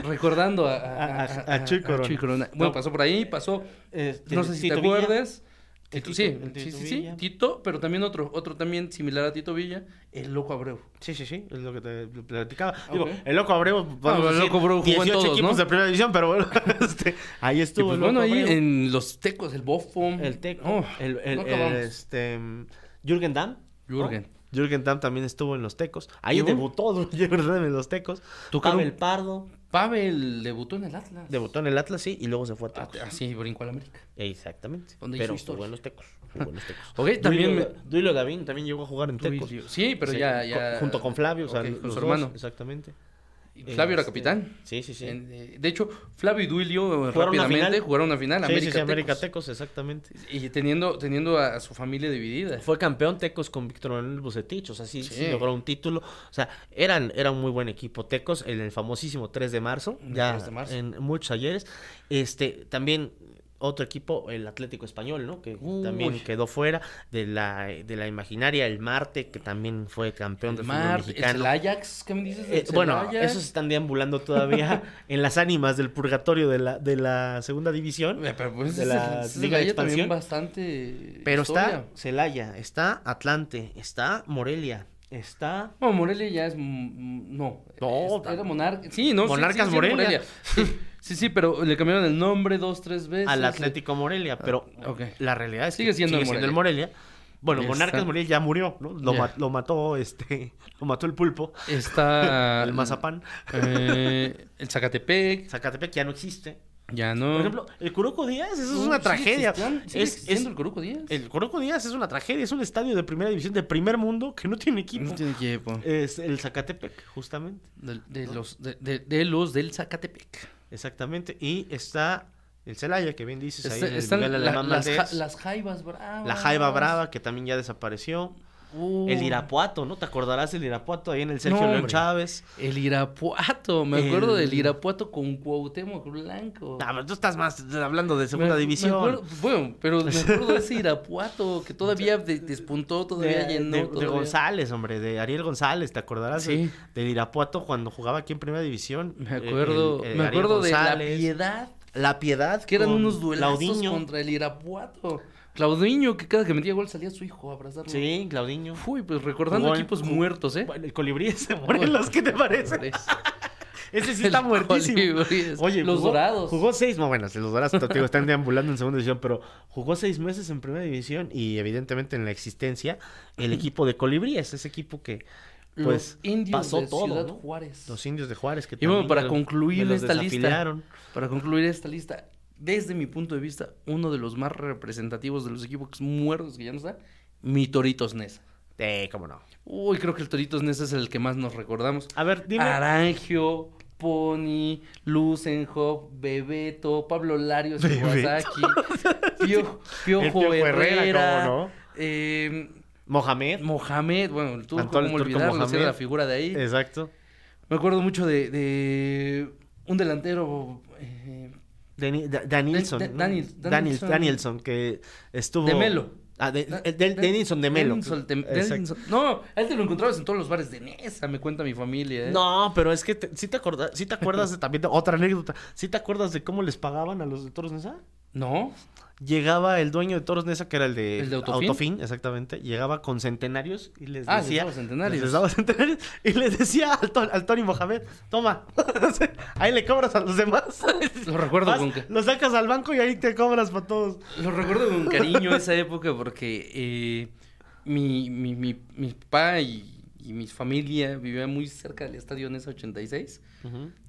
Speaker 1: Recordando a,
Speaker 2: A- a- a Chuy Corona.
Speaker 1: Bueno,
Speaker 2: No.
Speaker 1: pasó por ahí, pasó.
Speaker 2: Este,
Speaker 1: No sé si
Speaker 2: Tito
Speaker 1: te
Speaker 2: Villa.
Speaker 1: acuerdas.
Speaker 2: El
Speaker 1: Tito-
Speaker 2: Tito-
Speaker 1: sí,
Speaker 2: el
Speaker 1: sí,
Speaker 2: Tito
Speaker 1: sí, sí,
Speaker 2: Villa.
Speaker 1: Tito, pero también otro, otro también similar a Tito Villa, el Loco Abreu.
Speaker 2: Sí, sí, sí, es lo que te platicaba. Digo,
Speaker 1: Ok. Ah,
Speaker 2: el Loco Abreu, podemos
Speaker 1: el
Speaker 2: decir,
Speaker 1: Loco Abreu jugó en
Speaker 2: 18
Speaker 1: todos,
Speaker 2: equipos
Speaker 1: ¿no?
Speaker 2: de primera división, pero bueno, este, ahí
Speaker 1: Y
Speaker 2: estuvo
Speaker 1: pues
Speaker 2: el
Speaker 1: bueno,
Speaker 2: Loco
Speaker 1: ahí
Speaker 2: Abreu.
Speaker 1: en los tecos, el Bofo.
Speaker 2: El Teco,
Speaker 1: Oh,
Speaker 2: el, el-
Speaker 1: no
Speaker 2: el,
Speaker 1: acabamos.
Speaker 2: este, mm, Jürgen Damm. ¿no?
Speaker 1: Jürgen.
Speaker 2: Jürgen Damm también estuvo en los Tecos. Ahí
Speaker 1: ¿Llegó?
Speaker 2: debutó Jürgen Damm en los Tecos.
Speaker 1: Tocaron-
Speaker 2: Pavel Pardo.
Speaker 1: Pavel debutó en el Atlas.
Speaker 2: Debutó en el Atlas, sí, y luego se fue a
Speaker 1: Ah,
Speaker 2: Tecos.
Speaker 1: te- Así brincó al América.
Speaker 2: Exactamente.
Speaker 1: Donde
Speaker 2: Pero
Speaker 1: hizo historia.
Speaker 2: jugó en los Tecos. Jugó en los Tecos.
Speaker 1: Ok, también
Speaker 2: Duilo, Duilo Davín también llegó a jugar en Tecos.
Speaker 1: Duilio. Sí, pero
Speaker 2: Sí,
Speaker 1: ya,
Speaker 2: co-
Speaker 1: ya-
Speaker 2: Junto con Flavio, o sea,
Speaker 1: Ok, con
Speaker 2: los
Speaker 1: su
Speaker 2: dos,
Speaker 1: hermano.
Speaker 2: Exactamente.
Speaker 1: Y Flavio era
Speaker 2: Este,
Speaker 1: capitán.
Speaker 2: Sí, sí, sí.
Speaker 1: En- eh, de hecho, Flavio y Duilio eh,
Speaker 2: Jugaron una
Speaker 1: rápidamente
Speaker 2: final.
Speaker 1: jugaron una final.
Speaker 2: Sí,
Speaker 1: América
Speaker 2: sí, sí, América
Speaker 1: Tecos.
Speaker 2: Tecos, exactamente.
Speaker 1: Y teniendo, teniendo a, a su familia dividida.
Speaker 2: Fue campeón Tecos con Víctor Manuel Bucetich, o sea, sí, sí
Speaker 1: Sí.
Speaker 2: logró un título. O sea, eran, era un muy buen equipo Tecos, en el famosísimo 3 de marzo,
Speaker 1: El
Speaker 2: ya
Speaker 1: 3 de marzo.
Speaker 2: en muchos ayeres. Este, también otro equipo, el Atlético Español, ¿no? Que
Speaker 1: Uy.
Speaker 2: también quedó fuera de la, de la imaginaria, el Marte, que también fue campeón
Speaker 1: El
Speaker 2: del fútbol
Speaker 1: Mar, el
Speaker 2: mexicano.
Speaker 1: Ajax, ¿qué me dices? del
Speaker 2: Eh, bueno,
Speaker 1: Celaya?
Speaker 2: esos están deambulando todavía en las ánimas del purgatorio de la, de la segunda división.
Speaker 1: Eh, Pero pues
Speaker 2: de
Speaker 1: ese-
Speaker 2: la
Speaker 1: ese
Speaker 2: Liga de
Speaker 1: Celaya también
Speaker 2: Expansión.
Speaker 1: bastante.
Speaker 2: Pero está
Speaker 1: historia.
Speaker 2: Celaya, está Atlante, está Morelia, está
Speaker 1: Bueno, Morelia ya es. mm, No.
Speaker 2: No,
Speaker 1: Es- era Monarca. Sí, no. sí,
Speaker 2: Monarcas
Speaker 1: sí, sí,
Speaker 2: Morelia.
Speaker 1: Sí, sí, sí, pero le cambiaron el nombre dos, tres veces.
Speaker 2: al Atlético Morelia, pero
Speaker 1: Ah, ok.
Speaker 2: la realidad es que
Speaker 1: Sigue siendo el
Speaker 2: el Morelia. Bueno,
Speaker 1: Ya
Speaker 2: Monarcas
Speaker 1: está.
Speaker 2: Morelia ya murió, ¿no? Lo,
Speaker 1: Ya.
Speaker 2: ma- lo mató este, lo mató el pulpo,
Speaker 1: Está.
Speaker 2: el mazapán.
Speaker 1: eh, el Zacatepec.
Speaker 2: Zacatepec ya no existe.
Speaker 1: Ya no.
Speaker 2: Por ejemplo, el Curuco Díaz, eso es
Speaker 1: No,
Speaker 2: una
Speaker 1: sigue
Speaker 2: tragedia.
Speaker 1: existiendo- sigue
Speaker 2: Es, es-
Speaker 1: existiendo el Coruco Díaz.
Speaker 2: el Curuco Díaz es una tragedia, es un estadio de primera división de primer mundo que no tiene equipo.
Speaker 1: No tiene equipo.
Speaker 2: Es el Zacatepec, justamente.
Speaker 1: De, de los, de, de- de los del Zacatepec.
Speaker 2: Exactamente. Y está el Celaya, que bien dices ahí.
Speaker 1: Está-
Speaker 2: el
Speaker 1: Este, están
Speaker 2: Miguel
Speaker 1: la-
Speaker 2: Alemán
Speaker 1: las, ja-
Speaker 2: Valdés,
Speaker 1: las Jaivas Bravas.
Speaker 2: la Jaiba Brava, que también ya desapareció.
Speaker 1: Uh,
Speaker 2: El Irapuato, ¿no? ¿Te acordarás del Irapuato ahí en el Sergio
Speaker 1: No,
Speaker 2: León
Speaker 1: hombre.
Speaker 2: Chávez?
Speaker 1: El Irapuato. Me acuerdo
Speaker 2: El-
Speaker 1: del Irapuato con Cuauhtémoc Blanco.
Speaker 2: Ah, pero tú estás más hablando de
Speaker 1: Me-
Speaker 2: segunda
Speaker 1: me
Speaker 2: división.
Speaker 1: acuerdo- bueno, pero me acuerdo de ese Irapuato que todavía de- despuntó,
Speaker 2: De,
Speaker 1: todavía llenó.
Speaker 2: de- de
Speaker 1: todavía.
Speaker 2: González, hombre, de Ariel González, ¿te acordarás? de-
Speaker 1: Sí.
Speaker 2: del Irapuato cuando jugaba aquí en Primera División.
Speaker 1: Me acuerdo,
Speaker 2: El- el-
Speaker 1: me
Speaker 2: Ariel
Speaker 1: acuerdo de La
Speaker 2: González,
Speaker 1: Piedad,
Speaker 2: La Piedad.
Speaker 1: que eran
Speaker 2: con
Speaker 1: unos duelazos
Speaker 2: Laudiño.
Speaker 1: contra el Irapuato. Claudiño, que cada que metía gol salía su hijo a abrazarlo.
Speaker 2: Sí, Claudinho.
Speaker 1: Uy, pues recordando
Speaker 2: Jugó en-
Speaker 1: equipos
Speaker 2: jugó-
Speaker 1: muertos, ¿eh?
Speaker 2: Bueno, el colibrí es de Morelos, ¿qué te parece? Ese sí está
Speaker 1: El
Speaker 2: muertísimo.
Speaker 1: colibrí es-
Speaker 2: Oye,
Speaker 1: los
Speaker 2: jugó-
Speaker 1: dorados.
Speaker 2: Jugó seis, no, bueno, si los dorados te digo, están deambulando en segunda división, pero jugó seis meses en primera división y evidentemente en la existencia el equipo de colibrí es ese equipo que
Speaker 1: Los
Speaker 2: pues
Speaker 1: indios
Speaker 2: pasó
Speaker 1: de
Speaker 2: todo,
Speaker 1: Ciudad
Speaker 2: ¿no?
Speaker 1: Juárez.
Speaker 2: los indios de Juárez que
Speaker 1: Y bueno,
Speaker 2: también
Speaker 1: para
Speaker 2: me-
Speaker 1: concluir
Speaker 2: me los
Speaker 1: esta lista.
Speaker 2: desafiliaron.
Speaker 1: Para concluir esta lista, desde mi punto de vista, uno de los más representativos de los equipos muertos que ya no está, mi Toritos Nesa.
Speaker 2: Eh, cómo no.
Speaker 1: Uy, creo que el Toritos Nesa es el que más nos recordamos.
Speaker 2: A ver, dime.
Speaker 1: Arangio, Pony, Lusenhoff, Bebeto, Pablo Larios,
Speaker 2: Bebeto.
Speaker 1: Iwasaki, Pio,
Speaker 2: El
Speaker 1: Piojo
Speaker 2: Piojo Herrera,
Speaker 1: Herrera,
Speaker 2: ¿cómo no?
Speaker 1: eh,
Speaker 2: Mohamed.
Speaker 1: Mohamed, bueno, el turco,
Speaker 2: Antonio
Speaker 1: cómo
Speaker 2: Turco
Speaker 1: olvidarlo, si era
Speaker 2: Mohamed.
Speaker 1: la figura de ahí.
Speaker 2: Exacto.
Speaker 1: Me acuerdo mucho de, de un delantero... eh,
Speaker 2: Dani- Da- Danielson.
Speaker 1: Da-
Speaker 2: ¿no?
Speaker 1: Daniel-
Speaker 2: Daniel-
Speaker 1: Danielson.
Speaker 2: Danielson, que estuvo.
Speaker 1: De Melo.
Speaker 2: Ah, de,
Speaker 1: Da-
Speaker 2: el- del-
Speaker 1: da-
Speaker 2: Dennison de Melo.
Speaker 1: Denison de-
Speaker 2: Exacto.
Speaker 1: Denison- No, a él te lo encontrabas en todos los bares de Nesa, me cuenta mi familia. ¿eh?
Speaker 2: No, pero es que si te acorda- sí te acuerdas de también de- otra anécdota. si te acuerdas de cómo les pagaban a los de Toros Nesa?
Speaker 1: ¿No?
Speaker 2: Llegaba el dueño de Toros Nesa, que era el de,
Speaker 1: ¿El de Autofin?
Speaker 2: exactamente. Llegaba con centenarios y les
Speaker 1: Ah, les
Speaker 2: decía.
Speaker 1: daba centenarios.
Speaker 2: Les daba centenarios y les decía al, To- al Tony Mohamed: Toma, ahí le cobras a los demás.
Speaker 1: Lo recuerdo
Speaker 2: Vas,
Speaker 1: con que-
Speaker 2: Lo sacas al banco y ahí te cobras para todos.
Speaker 1: Lo recuerdo con cariño esa época porque eh, mi, mi, mi, mi papá y, y mi familia vivían muy cerca del estadio Nesa 86,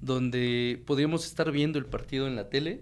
Speaker 1: donde podíamos estar viendo el partido en la tele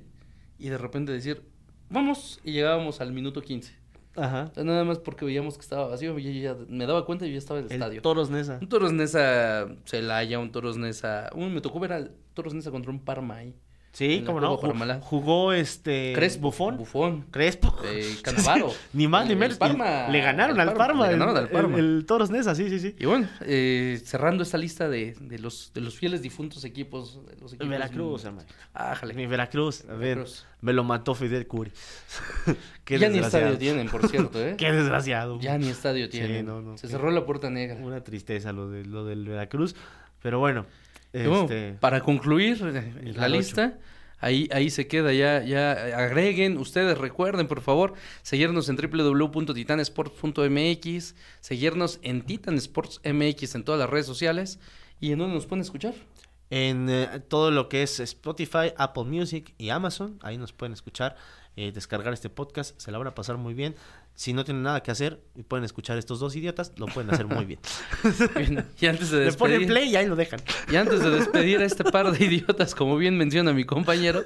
Speaker 1: y de repente decir, vamos, y llegábamos al minuto 15.
Speaker 2: Ajá.
Speaker 1: O sea, Nada más porque veíamos que estaba vacío, yo ya me daba cuenta y yo ya estaba en el, estadio.
Speaker 2: Toros Nesa.
Speaker 1: Un Toros Nesa Celaya, un Toros Nesa. Un, me tocó ver al Toros Nesa contra un Parma ahí.
Speaker 2: Sí,
Speaker 1: En la
Speaker 2: como no.
Speaker 1: Copa Parmalat.
Speaker 2: ju- Jugó este.
Speaker 1: Crespo.
Speaker 2: Bufón.
Speaker 1: Bufón.
Speaker 2: Crespo.
Speaker 1: Eh, Cannavaro.
Speaker 2: ni más
Speaker 1: El-
Speaker 2: ni
Speaker 1: el
Speaker 2: menos. y
Speaker 1: Parma-
Speaker 2: le ganaron
Speaker 1: al
Speaker 2: al
Speaker 1: Parma,
Speaker 2: Parma.
Speaker 1: le
Speaker 2: el-
Speaker 1: ganaron al
Speaker 2: el-
Speaker 1: Parma.
Speaker 2: El, Toros Nesa, sí, sí, sí.
Speaker 1: Y bueno, eh, cerrando esta lista de, de los, de los fieles difuntos equipos. de los equipos
Speaker 2: Veracruz, hermano. Mi
Speaker 1: Ájale.
Speaker 2: Veracruz. A ver,
Speaker 1: Veracruz.
Speaker 2: me lo mató Fidel Curi. Qué
Speaker 1: Ya ni
Speaker 2: desgraciado.
Speaker 1: estadio tienen, por cierto, ¿eh?
Speaker 2: Qué desgraciado.
Speaker 1: Ya ni estadio
Speaker 2: Sí,
Speaker 1: tienen.
Speaker 2: no, no,
Speaker 1: Se
Speaker 2: qué-
Speaker 1: cerró la puerta negra.
Speaker 2: Una tristeza lo, de, lo del Veracruz. Pero bueno.
Speaker 1: Y bueno,
Speaker 2: Este,
Speaker 1: para concluir eh,
Speaker 2: el
Speaker 1: la
Speaker 2: Jalocho.
Speaker 1: lista, ahí, ahí se queda, ya, ya eh, agreguen, ustedes recuerden, por favor, seguirnos en www.titansports.mx, seguirnos en Titan Sports MX en todas las redes sociales y en dónde nos pueden escuchar.
Speaker 2: En eh, todo lo que es Spotify, Apple Music y Amazon. Ahí nos pueden escuchar, eh, descargar este podcast. Se la van a pasar muy bien. Si no tienen nada que hacer y pueden escuchar estos dos idiotas, lo pueden hacer muy bien.
Speaker 1: Bien, y antes de
Speaker 2: Le ponen
Speaker 1: despedir,
Speaker 2: play y ahí lo dejan.
Speaker 1: y antes de despedir a este par de idiotas, como bien menciona mi compañero,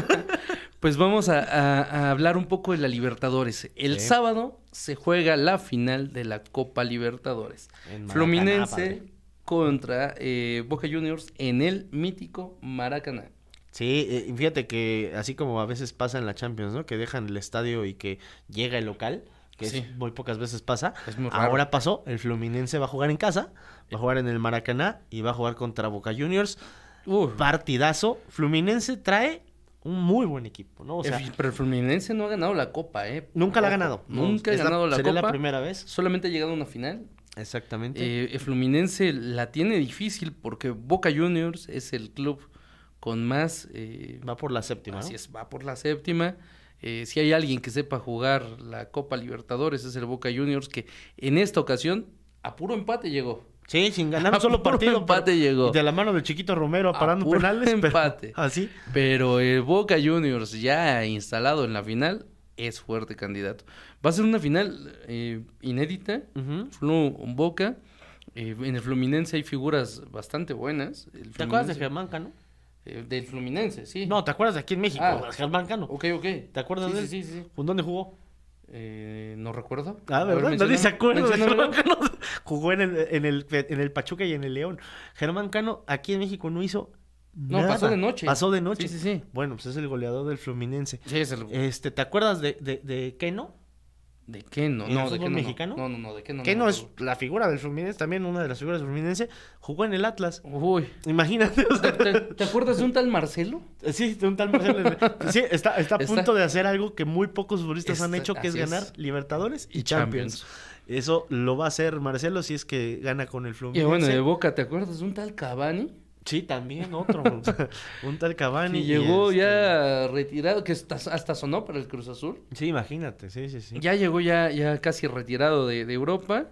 Speaker 1: pues vamos a, a- a hablar un poco de la Libertadores. El
Speaker 2: Sí.
Speaker 1: sábado se juega la final de la Copa Libertadores.
Speaker 2: En Maracaná,
Speaker 1: Fluminense
Speaker 2: padre.
Speaker 1: contra eh, Boca Juniors en el mítico Maracaná.
Speaker 2: Sí, eh, y fíjate que así como a veces pasa en la Champions, ¿no? Que dejan el estadio y que llega el local, que es-
Speaker 1: Sí.
Speaker 2: muy pocas veces pasa.
Speaker 1: Es muy raro.
Speaker 2: Ahora pasó, el Fluminense va a jugar en casa, va a jugar en el Maracaná y va a jugar contra Boca Juniors.
Speaker 1: Uh,
Speaker 2: partidazo. Fluminense trae un muy buen equipo, ¿no? O sea,
Speaker 1: el- eh, pero el Fluminense no ha ganado la Copa, ¿eh?
Speaker 2: nunca la ha
Speaker 1: Ojo,
Speaker 2: ganado. ¿no?
Speaker 1: Nunca ha
Speaker 2: Es
Speaker 1: ganado la
Speaker 2: sería
Speaker 1: Copa.
Speaker 2: la primera vez.
Speaker 1: Solamente ha llegado a una final.
Speaker 2: Exactamente.
Speaker 1: Eh, el Fluminense la tiene difícil porque Boca Juniors es el club con más... eh,
Speaker 2: Va por la séptima.
Speaker 1: Así
Speaker 2: ¿no?
Speaker 1: es, va por la séptima. Eh, si hay alguien que sepa jugar la Copa Libertadores es el Boca Juniors que en esta ocasión a puro empate llegó.
Speaker 2: Sí, sin ganar
Speaker 1: A
Speaker 2: un solo
Speaker 1: puro
Speaker 2: partido.
Speaker 1: empate
Speaker 2: pero-
Speaker 1: llegó.
Speaker 2: De la mano del chiquito Romero
Speaker 1: A
Speaker 2: parando
Speaker 1: puro
Speaker 2: penales. pero
Speaker 1: empate.
Speaker 2: Así.
Speaker 1: Pero el Boca Juniors ya instalado en la final es fuerte candidato. Va a ser una final eh, inédita.
Speaker 2: Ujú.
Speaker 1: Flu Boca. Eh, en el Fluminense hay figuras bastante buenas. El
Speaker 2: ¿Te acuerdas de
Speaker 1: Fluminense-
Speaker 2: Germán Cano?
Speaker 1: eh, del Fluminense, sí.
Speaker 2: No, ¿te acuerdas de aquí en México? Pues,
Speaker 1: Ah.
Speaker 2: Germán Cano.
Speaker 1: Ok, ok.
Speaker 2: ¿Te acuerdas
Speaker 1: Sí,
Speaker 2: de él?
Speaker 1: Sí, sí, sí.
Speaker 2: ¿Dónde jugó?
Speaker 1: Eh, no recuerdo.
Speaker 2: Ah,
Speaker 1: A ver,
Speaker 2: ¿verdad? Nadie se
Speaker 1: mencióname-
Speaker 2: acuerda de
Speaker 1: menciónamelo.
Speaker 2: Germán Cano. Jugó en el, en, el, en el Pachuca y en el León. Germán Cano aquí en México no hizo
Speaker 1: No,
Speaker 2: nada.
Speaker 1: pasó de noche.
Speaker 2: Pasó de noche.
Speaker 1: Sí, sí, sí.
Speaker 2: Bueno, pues es el goleador del Fluminense.
Speaker 1: Sí, es el-
Speaker 2: Este, ¿te acuerdas de, de, de Keno?
Speaker 1: ¿De qué no?
Speaker 2: ¿En el
Speaker 1: No, ¿de
Speaker 2: fútbol
Speaker 1: qué no?
Speaker 2: mexicano?
Speaker 1: No, no, no, ¿de qué no?
Speaker 2: Keno
Speaker 1: me
Speaker 2: es
Speaker 1: acuerdo.
Speaker 2: la figura del Fluminense, también una de las figuras del Fluminense. Jugó en el Atlas.
Speaker 1: Uy.
Speaker 2: Imagínate. o
Speaker 1: ¿Te,
Speaker 2: sea,
Speaker 1: te- te acuerdas de un tal Marcelo?
Speaker 2: sí, de un tal Marcelo. Sí, está, está
Speaker 1: Está-
Speaker 2: a punto de hacer algo que muy pocos futbolistas han
Speaker 1: Está-
Speaker 2: hecho, que es
Speaker 1: así es.
Speaker 2: ganar Libertadores y Champions. Eso lo va a hacer Marcelo si es que gana con el
Speaker 1: Y
Speaker 2: Fluminense.
Speaker 1: bueno, de Boca, ¿te acuerdas de un tal Cavani?
Speaker 2: Sí, también otro. un tal Cavani.
Speaker 1: Que
Speaker 2: y
Speaker 1: llegó
Speaker 2: este-
Speaker 1: ya retirado, que hasta, hasta sonó para el Cruz Azul.
Speaker 2: Sí, imagínate, sí, sí, sí.
Speaker 1: Ya llegó ya, ya casi retirado de, de Europa.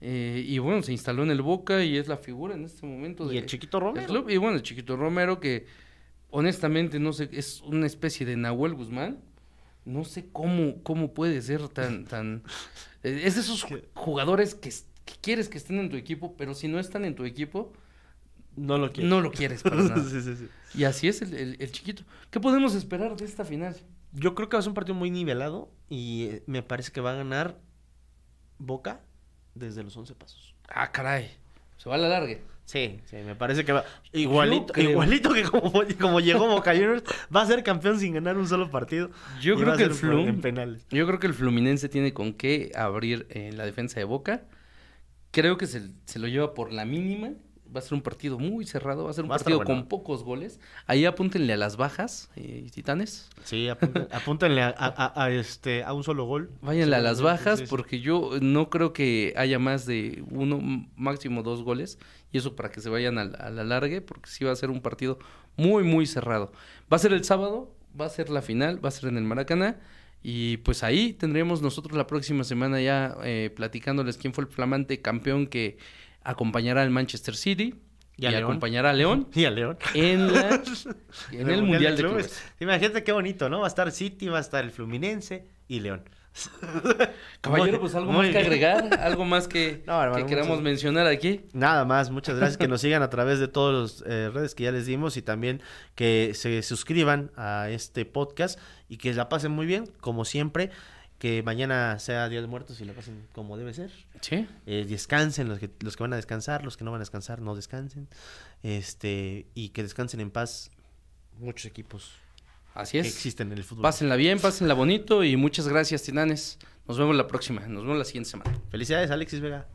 Speaker 1: eh, y bueno, se instaló en el Boca y es la figura en este momento
Speaker 2: Y
Speaker 1: de-
Speaker 2: el chiquito
Speaker 1: del
Speaker 2: Romero.
Speaker 1: club. Y bueno, el chiquito Romero que honestamente no sé, es una especie de Nahuel Guzmán. No sé cómo, cómo puede ser tan, tan... eh, Es de esos
Speaker 2: Que-
Speaker 1: jugadores que, es- que quieres que estén en tu equipo, pero si no están en tu equipo,
Speaker 2: No lo quiero.
Speaker 1: no lo quieres para nada.
Speaker 2: sí, sí, sí.
Speaker 1: Y así es el, el- el chiquito. ¿Qué podemos esperar de esta final?
Speaker 2: Yo creo que va a ser un partido muy nivelado y eh, me parece que va a ganar Boca desde los 11 pasos.
Speaker 1: Ah, caray. Se va a la larga.
Speaker 2: Sí, sí, me parece que va igualito,
Speaker 1: creo.
Speaker 2: igualito que como, fue- como llegó Boca Juniors, va a ser campeón sin ganar un solo partido.
Speaker 1: Yo
Speaker 2: y
Speaker 1: creo
Speaker 2: va a
Speaker 1: que el
Speaker 2: ser
Speaker 1: Flum-
Speaker 2: en penales.
Speaker 1: Yo creo que el Fluminense tiene con qué abrir eh, la defensa de Boca. Creo que se, se lo lleva por la mínima. Va a ser un partido muy cerrado. Va a ser un
Speaker 2: Va a estar
Speaker 1: partido
Speaker 2: bueno.
Speaker 1: con pocos goles. Ahí apúntenle a las bajas, eh, titanes.
Speaker 2: Sí, apunta- apúntenle a, a- a- a este a un solo gol.
Speaker 1: Váyanle a las
Speaker 2: Seguramente,
Speaker 1: bajas
Speaker 2: sí, sí.
Speaker 1: porque yo eh, no creo que haya más de uno, m- máximo dos goles. Y eso para que se vayan al- a, la largue porque sí va a ser un partido muy, muy cerrado. Va a ser el sábado, va a ser la final, va a ser en el Maracaná. Y pues ahí tendremos nosotros la próxima semana ya eh, platicándoles quién fue el flamante campeón que acompañará al Manchester City
Speaker 2: Y
Speaker 1: y,
Speaker 2: a León.
Speaker 1: acompañará a León
Speaker 2: Y a León.
Speaker 1: en, la- en el Mundial de
Speaker 2: Clubes.
Speaker 1: Clubes.
Speaker 2: Imagínate qué bonito, ¿no? Va a estar City, va a estar el Fluminense y León.
Speaker 1: Caballero,
Speaker 2: Muy-
Speaker 1: pues algo
Speaker 2: muy
Speaker 1: más que
Speaker 2: bien.
Speaker 1: agregar, algo más que,
Speaker 2: No, hermano,
Speaker 1: que queramos
Speaker 2: muchas-
Speaker 1: mencionar aquí.
Speaker 2: Nada más, muchas gracias que nos sigan a través de todas las eh, redes que ya les dimos y también que se suscriban a este podcast y que la pasen muy bien, como siempre, que mañana sea Día de Muertos y la pasen como debe ser.
Speaker 1: Sí.
Speaker 2: Eh, descansen los que, los que van a descansar, los que no van a descansar, no descansen. Este, y que descansen en paz muchos equipos
Speaker 1: Así
Speaker 2: que
Speaker 1: es.
Speaker 2: existen en el fútbol.
Speaker 1: Pásenla bien, pásenla bonito y muchas gracias, Tinanes. Nos vemos la próxima, nos vemos la siguiente semana.
Speaker 2: Felicidades, Alexis Vega.